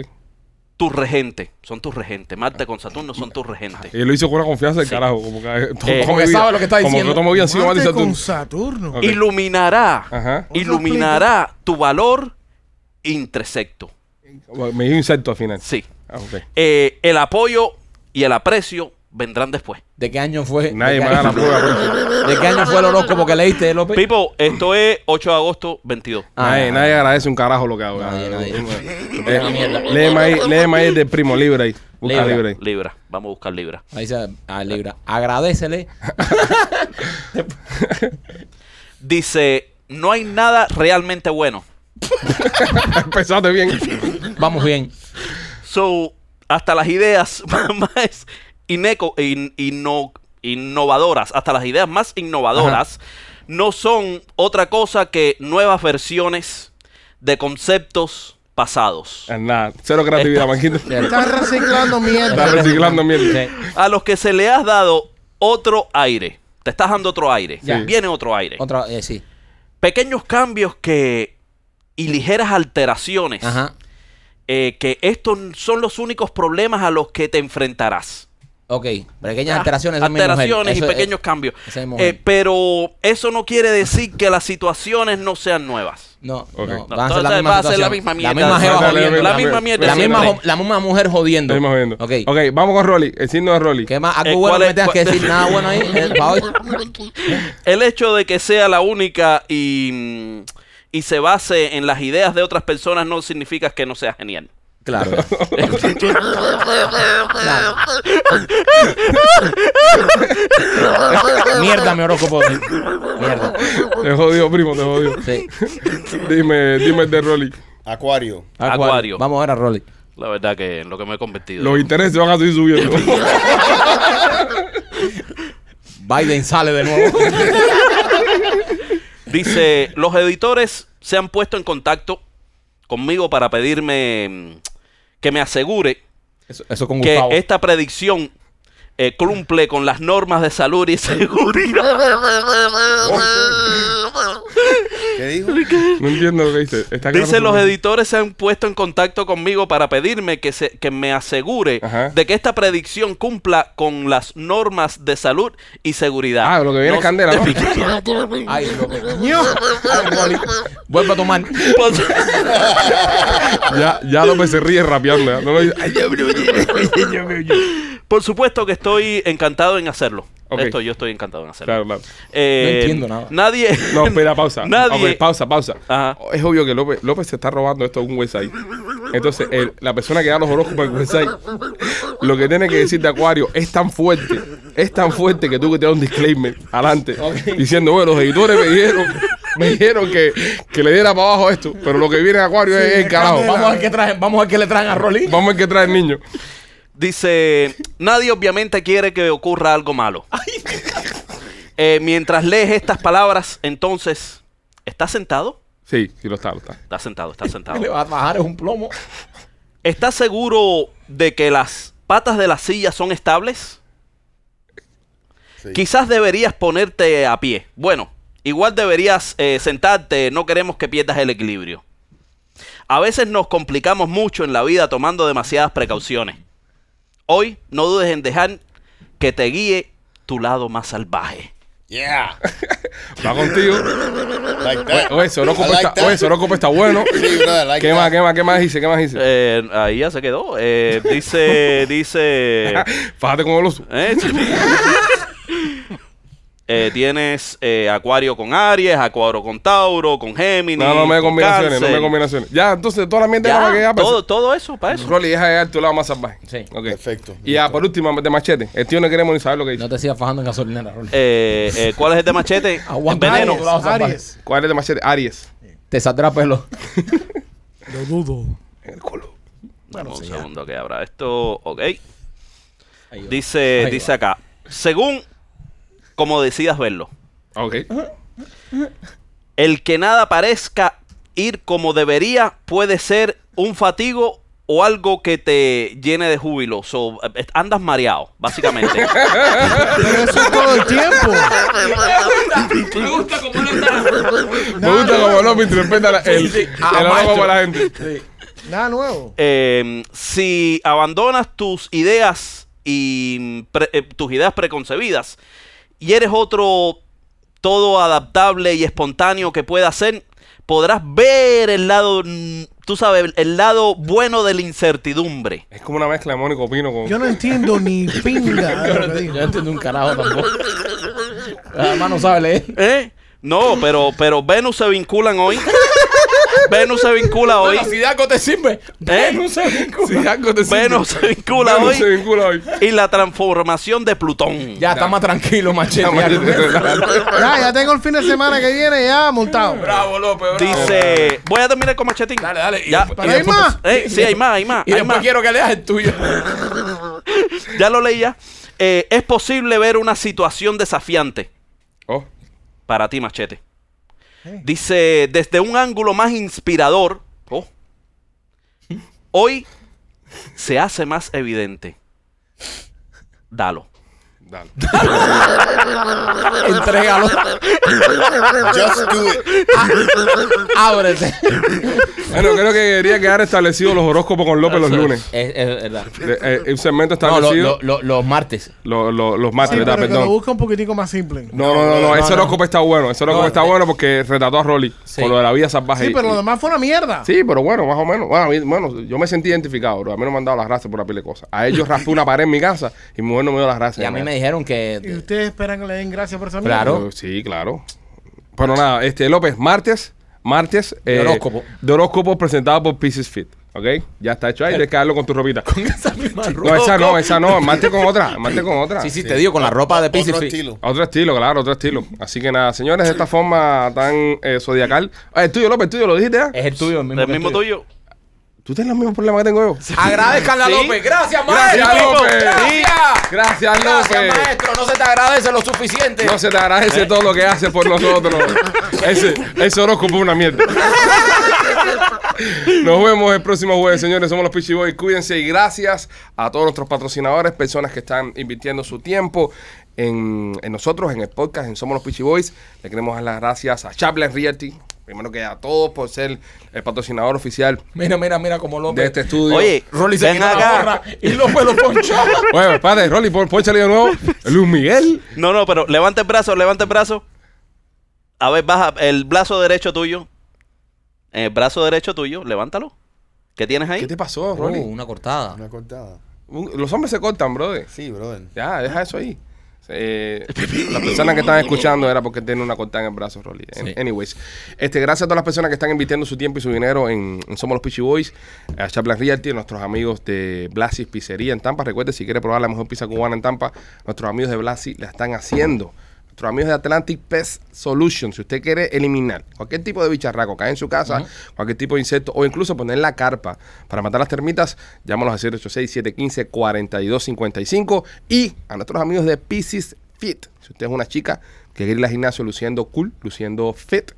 Speaker 6: tu regente. Son tus regentes. Marte con Saturno son tus regentes.
Speaker 1: Y lo hizo con una confianza del carajo. Como que, todo-
Speaker 6: Como
Speaker 1: toda
Speaker 3: que
Speaker 1: mi vida-
Speaker 3: sabe lo que está
Speaker 1: Como
Speaker 3: diciendo.
Speaker 1: que todo me había sido Marte
Speaker 4: Marte
Speaker 1: y Saturno.
Speaker 4: con Saturno.
Speaker 1: Ok.
Speaker 6: Iluminará.
Speaker 1: Ajá.
Speaker 6: Iluminará tu valor intrasecto.
Speaker 1: Me dio insecto al final.
Speaker 6: Sí.
Speaker 1: Ah, ok.
Speaker 6: Eh, el apoyo y el aprecio vendrán después.
Speaker 3: ¿De qué año fue?
Speaker 1: Nadie
Speaker 3: ¿De
Speaker 1: me
Speaker 3: qué
Speaker 1: da la
Speaker 3: año-
Speaker 1: prueba, príncipe.
Speaker 3: ¿De qué año fue el horóscopo que leíste, López?
Speaker 6: Pipo, esto es 8 de agosto 22.
Speaker 3: Ah,
Speaker 1: nadie, nadie agradece un carajo lo que hago.
Speaker 3: Nadie, [LAUGHS] nadie.
Speaker 1: Eh,
Speaker 3: Una mierda.
Speaker 1: Léeme ahí, léeme ahí de primo libre ahí. Busca
Speaker 3: Libra.
Speaker 1: libre ahí.
Speaker 6: Libra. Vamos a buscar Libra.
Speaker 3: Ahí dice a Libra. Agradecele.
Speaker 6: Dice, no hay nada realmente bueno.
Speaker 1: Empezaste
Speaker 3: [LAUGHS]
Speaker 1: bien.
Speaker 3: Vamos bien.
Speaker 6: So, hasta las ideas [LAUGHS] más ineco, e in- inno- innovadoras, hasta las ideas más innovadoras, no son otra cosa que nuevas versiones de conceptos pasados.
Speaker 1: Ah, Nada, cero creatividad,
Speaker 3: [LAUGHS]
Speaker 1: Manquito.
Speaker 4: Estás reciclando mierda.
Speaker 1: Estás reciclando mierda.
Speaker 3: Sí.
Speaker 6: A los que se le has dado otro aire. Te estás dando otro aire.
Speaker 3: Ya.
Speaker 6: Viene otro aire.
Speaker 3: Otra, eh, sí.
Speaker 6: Pequeños cambios que... Y ligeras alteraciones.
Speaker 3: Ajá.
Speaker 6: eh, que estos son los únicos problemas a los que te enfrentarás.
Speaker 3: Ok. Pequeñas alteraciones. esa es mi mujer.
Speaker 6: Ah, alteraciones y
Speaker 3: Eso es-
Speaker 6: pequeños cambios.
Speaker 3: esa es mi mujer.
Speaker 6: Eh, pero eso no quiere decir que las situaciones no sean nuevas.
Speaker 3: No,
Speaker 1: Ok.
Speaker 3: no,
Speaker 6: No,
Speaker 3: van a ser la
Speaker 6: entonces
Speaker 3: misma
Speaker 6: va a ser la
Speaker 3: situación.
Speaker 6: misma mierda.
Speaker 3: La misma jeva
Speaker 1: Dale,
Speaker 3: jodiendo.
Speaker 1: dale,
Speaker 6: La
Speaker 1: dale.
Speaker 6: misma mierda.
Speaker 3: La misma,
Speaker 6: siempre.
Speaker 3: jo- la misma mujer jodiendo.
Speaker 1: Seguimos viendo.
Speaker 3: Ok.
Speaker 1: ok, vamos con Rolly. El signo de Rolly.
Speaker 3: ¿Qué más?
Speaker 6: Eh,
Speaker 3: ¿Algo bueno
Speaker 6: ¿cuál
Speaker 3: que me
Speaker 6: es-
Speaker 3: tengas que
Speaker 6: cuál-
Speaker 3: decir? Nada bueno ahí. eh, pa' hoy.
Speaker 6: El hecho de que sea la única y, mm, y se base en las ideas de otras personas no significa que no sea genial.
Speaker 3: Claro. Claro. Mierda, mi horóscopo. Mierda.
Speaker 1: Te jodió, primo, te
Speaker 3: [LAUGHS]
Speaker 1: jodió.
Speaker 3: Sí.
Speaker 1: Dime, dime el de Rolly. [LAUGHS]
Speaker 5: Acuario.
Speaker 6: Acuario.
Speaker 3: Vamos a ver a Rolly.
Speaker 6: La verdad que en lo que me he convertido.
Speaker 1: Los intereses van a seguir
Speaker 3: [LAUGHS]
Speaker 1: subiendo.
Speaker 3: Biden sale de nuevo.
Speaker 6: Dice, los editores se han puesto en contacto conmigo para pedirme mm, que me asegure
Speaker 3: Eso, eso con
Speaker 6: que
Speaker 3: Gustavo.
Speaker 6: esta predicción eh, cumple con las normas de salud y [LAUGHS] seguridad.
Speaker 5: ¿Qué dijo?
Speaker 1: no entiendo lo que dice. Está claro
Speaker 6: Dice,
Speaker 1: que-
Speaker 6: los editores se han puesto en contacto conmigo para pedirme que, se, que me asegure
Speaker 1: Ajá.
Speaker 6: de que esta predicción cumpla con las normas de salud y seguridad.
Speaker 1: Ah, lo que viene
Speaker 6: No
Speaker 1: es candela, ¿no?
Speaker 3: Ay, López. Ay, Rolly. Vuelve a tomar.
Speaker 1: ya, ya López se ríe rapeando. ¿eh? No lo dice. Ay, ya, bro, ya, ya, ya, ya.
Speaker 6: [LAUGHS] Por supuesto que estoy encantado en hacerlo.
Speaker 1: Ok.
Speaker 6: Esto yo estoy encantado en hacerlo.
Speaker 1: claro, claro.
Speaker 6: Eh,
Speaker 3: No entiendo nada.
Speaker 6: Nadie. [LAUGHS]
Speaker 1: No, espera, pausa.
Speaker 6: Nadie.
Speaker 1: Ok, pausa, pausa.
Speaker 6: Ajá.
Speaker 1: Es obvio que López, López se está robando esto de un website. Entonces, el- la persona que da los horóscopos en el website, lo que tiene que decir de Acuario es tan fuerte, es tan fuerte que tú que te das un disclaimer adelante, diciendo, bueno, los editores me dijeron, me dijeron que, que le diera para abajo esto, pero lo que viene de Acuario es el carajo.
Speaker 3: Vamos a ver qué traen, vamos a ver qué le traen a Rolly.
Speaker 1: Vamos a ver qué trae el niño.
Speaker 6: Dice, nadie obviamente quiere que ocurra algo
Speaker 3: [LAUGHS]
Speaker 6: malo. Eh, mientras lees estas palabras, entonces, ¿estás sentado?
Speaker 1: Sí, sí lo está, lo está.
Speaker 6: Estás sentado, estás
Speaker 3: [LAUGHS]
Speaker 6: sentado.
Speaker 3: Le va a bajar es un plomo.
Speaker 6: ¿Estás seguro de que las patas de la silla son estables?
Speaker 5: Sí.
Speaker 6: Quizás deberías ponerte a pie. Bueno, igual deberías eh, sentarte, no queremos que pierdas el equilibrio. A veces nos complicamos mucho en la vida tomando demasiadas precauciones. Hoy no dudes en dejar que te guíe tu lado más salvaje.
Speaker 5: Yeah.
Speaker 1: Va contigo.
Speaker 5: Like that.
Speaker 1: Oye, Horóscopo
Speaker 5: I like
Speaker 1: está,
Speaker 5: that.
Speaker 1: oye, Horóscopo está bueno.
Speaker 5: Sí, brother, I like
Speaker 1: ¿Qué más,
Speaker 5: that.
Speaker 1: qué más, qué más dice? ¿Qué más dice?
Speaker 6: Eh, ahí ya se quedó. Eh, dice, dice...
Speaker 1: Fájate con el oso.
Speaker 6: Eh,
Speaker 1: [LAUGHS]
Speaker 6: sí. Eh, tienes eh, Acuario con Aries, Acuario con Tauro, con Géminis.
Speaker 1: No, no me dé
Speaker 6: con
Speaker 1: combinaciones, no me
Speaker 6: Cáncer.
Speaker 1: dé combinaciones. Ya, entonces, toda la mierda
Speaker 6: Ya,
Speaker 1: que ya pues.
Speaker 6: todo, todo eso, para eso.
Speaker 1: Rolly, deja llegar tu lado más salvaje.
Speaker 3: Sí.
Speaker 1: Ok.
Speaker 5: Perfecto.
Speaker 1: Y ya, por último, de machete. El tío no queremos ni saber lo que dice.
Speaker 2: No te sigas fajando en gasolinera, Rolly.
Speaker 6: Eh, eh, ¿Cuál es el
Speaker 2: [LAUGHS]
Speaker 6: de machete?
Speaker 3: Aguanta.
Speaker 6: Veneno.
Speaker 2: eh.
Speaker 3: Aries,
Speaker 4: Aries.
Speaker 1: ¿Cuál es de machete? Aries.
Speaker 2: Te saldrá pelo.
Speaker 4: Lo dudo.
Speaker 1: En el culo.
Speaker 6: Dame un segundo que habrá esto. Ok.
Speaker 2: Ahí va.
Speaker 6: Dice,
Speaker 2: Ahí
Speaker 6: dice acá. Según como decidas verlo.
Speaker 4: [LAUGHS]
Speaker 1: Ok.
Speaker 6: El que nada parezca ir como debería puede ser un fatigo o algo que te llene de júbilo. So, eh, andas mareado, básicamente.
Speaker 4: Pero eso es todo el tiempo.
Speaker 1: Me gusta como López interpreta la- el,
Speaker 4: Ah,
Speaker 1: el horóscopo para la gente.
Speaker 4: Nada nuevo.
Speaker 6: Eh, si abandonas tus ideas y pre- eh, tus ideas preconcebidas y eres otro todo adaptable y espontáneo que pueda ser, podrás ver el lado, mm, tú sabes, el lado bueno de la incertidumbre.
Speaker 1: Es como una mezcla de Mónico Pino con.
Speaker 4: Yo no entiendo ni pinga. de
Speaker 3: Yo no,
Speaker 4: lo
Speaker 1: [LAUGHS]
Speaker 3: ent-
Speaker 4: que dijo.
Speaker 3: yo no entiendo un carajo tampoco. Además no sabe leer.
Speaker 6: ¿Eh? No, pero, pero Venus se vinculan hoy. Venus se vincula hoy.
Speaker 3: Ah, Si de algo te sirve,
Speaker 6: ¿Eh?
Speaker 3: no sé.
Speaker 1: Si algo te sirve.
Speaker 6: Venus se vincula
Speaker 1: Venus se
Speaker 6: hoy.
Speaker 1: vincula
Speaker 4: [LAUGHS]
Speaker 1: hoy.
Speaker 6: Y la transformación de Plutón.
Speaker 3: Ya, está más tranquilo, machete.
Speaker 1: Ya,
Speaker 3: ya,
Speaker 1: machete,
Speaker 3: con-
Speaker 1: relaja.
Speaker 4: Ya, ya tengo el fin de semana que viene ya montado.
Speaker 3: Bravo, López. bravo.
Speaker 6: Dice, voy a terminar con machetín.
Speaker 3: Dale, dale. y
Speaker 6: Ya.
Speaker 3: después-
Speaker 4: Pero hay más.
Speaker 6: Eh, sí, hay más, hay más.
Speaker 3: Y
Speaker 6: hay
Speaker 3: después
Speaker 6: más.
Speaker 3: quiero que leas el
Speaker 6: [LAUGHS]
Speaker 3: tuyo.
Speaker 6: Ya lo leí ya. Eh, es posible ver una situación desafiante
Speaker 1: [LAUGHS] Oh,
Speaker 6: para ti, Machete.
Speaker 4: Eh.
Speaker 6: Dice, desde un ángulo más inspirador, oh, hoy se hace más evidente. Dalo.
Speaker 1: dale.
Speaker 3: Entrégalo.
Speaker 5: Just do it.
Speaker 3: Ábrete. Es,
Speaker 1: Bueno, creo que debería quedar establecido los horóscopos con López los lunes.
Speaker 3: es verdad.
Speaker 1: De- eh, un segmento
Speaker 3: No, lo-
Speaker 1: establecido.
Speaker 3: lo- lo- los martes.
Speaker 1: Lo- lo- los martes,
Speaker 4: Sí, pero
Speaker 1: ¿verdad?
Speaker 4: que lo
Speaker 1: Perdón.
Speaker 4: busca un poquitico más simple.
Speaker 1: No, no, no, no, ese horóscopo está bueno. Ese horóscopo
Speaker 3: No,
Speaker 1: está
Speaker 3: eh.
Speaker 1: bueno porque retrató a Rolly
Speaker 3: Sí.
Speaker 1: con lo de la vida salvaje.
Speaker 4: Sí, pero
Speaker 1: Y-
Speaker 4: lo demás fue una mierda.
Speaker 1: Sí, pero bueno, más o menos. Bueno, a mí- bueno, yo me sentí identificado, bro. A mí no me han dado las razas por la pile de cosas. A ellos raspé una pared en mi casa y mi mujer no me dio las razas.
Speaker 3: Y a mí me dijeron que.
Speaker 4: Y ustedes esperan que le den gracias por esa mierda.
Speaker 3: Claro.
Speaker 1: Yo- Sí, claro. Pero nada, este López, martes, martes. eh,
Speaker 3: De horóscopo.
Speaker 1: De horóscopo presentado por Pieces Fit. ¿Ok? Ya está hecho ahí, tienes que darlo con tu ropita.
Speaker 3: [LAUGHS] Esa misma
Speaker 1: No,
Speaker 3: ropa.
Speaker 1: esa no, esa no. El Martes con otra. el Martes con otra.
Speaker 3: Sí, sí, te digo, con la ropa de Pisces.
Speaker 5: Otro
Speaker 3: Fit.
Speaker 5: estilo.
Speaker 1: Otro estilo, claro, otro estilo. Así que nada, señores, de esta forma tan eh, zodiacal. Ah, el tuyo, López, el tuyo, lo dijiste, ¿eh?
Speaker 3: Es el tuyo, el mismo.
Speaker 6: ¿El
Speaker 3: que el
Speaker 6: mismo tuyo?
Speaker 1: Tú tienes los mismos problemas que tengo yo.
Speaker 3: Agradezcanle a
Speaker 6: Sí.
Speaker 3: López. Gracias, maestro.
Speaker 1: Gracias, López.
Speaker 3: Gracias.
Speaker 1: [LAUGHS] Gracias,
Speaker 3: Gracias,
Speaker 1: López.
Speaker 3: maestro. No se te agradece lo suficiente.
Speaker 1: No se te
Speaker 6: ¿Eh?
Speaker 1: agradece todo lo que haces por nosotros. Ese, ese horóscopo es una mierda. Nos vemos el próximo jueves, señores. Somos los Peachy Boys. Cuídense y gracias a todos nuestros patrocinadores, personas que están invirtiendo su tiempo en, en nosotros, en el podcast, en Somos los Peachy Boys. Le queremos dar las gracias a Chaplin Realty, primero que a todos por ser el patrocinador oficial
Speaker 3: Mira, mira, mira como López.
Speaker 1: de este estudio.
Speaker 6: Oye,
Speaker 3: Rolly se
Speaker 6: ven
Speaker 3: quitó la
Speaker 6: acá.
Speaker 3: gorra y López lo ponchó.
Speaker 1: Bueno, espérate, Rolly, pon- ponchale de nuevo. Luis Miguel.
Speaker 6: No, no, pero levanta el brazo, levanta el brazo. A ver, baja el brazo derecho tuyo. El brazo derecho tuyo, levántalo. ¿Qué tienes ahí?
Speaker 1: ¿Qué te pasó,
Speaker 3: Oh,
Speaker 1: Rolly?
Speaker 3: una cortada.
Speaker 5: Una cortada.
Speaker 1: Un- Los hombres se cortan, brother.
Speaker 5: Sí, brother.
Speaker 1: Ya, deja eso ahí. Eh, las personas que están escuchando era porque tiene una cortada en el brazo, Rolly. En-
Speaker 3: Sí.
Speaker 1: Anyways, este, gracias a todas las personas que están invirtiendo su tiempo y su dinero en, en Somos los Peachy Boys, a Chaplin Realty, a nuestros amigos de Blasis Pizzería en Tampa. Recuerde, si quiere probar la mejor pizza cubana en Tampa, nuestros amigos de Blasis la están haciendo. Nuestros amigos de Atlantic Pest Solution, si usted quiere eliminar cualquier tipo de bicharraco, cae en su casa, cualquier tipo de insecto o incluso poner la carpa para matar las termitas, llámalos a 086-715-4255 y a nuestros amigos de Pisces Fit. Si usted es una chica que quiere ir al gimnasio luciendo cool, luciendo fit,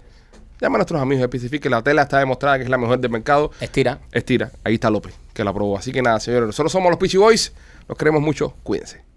Speaker 1: llama a nuestros amigos de Pisces Fit, que la tela está demostrada que es la mejor del mercado.
Speaker 3: Estira.
Speaker 1: Estira, ahí está López, que la aprobó. Así que nada, señores, nosotros somos los Peachy Boys, los queremos mucho, cuídense.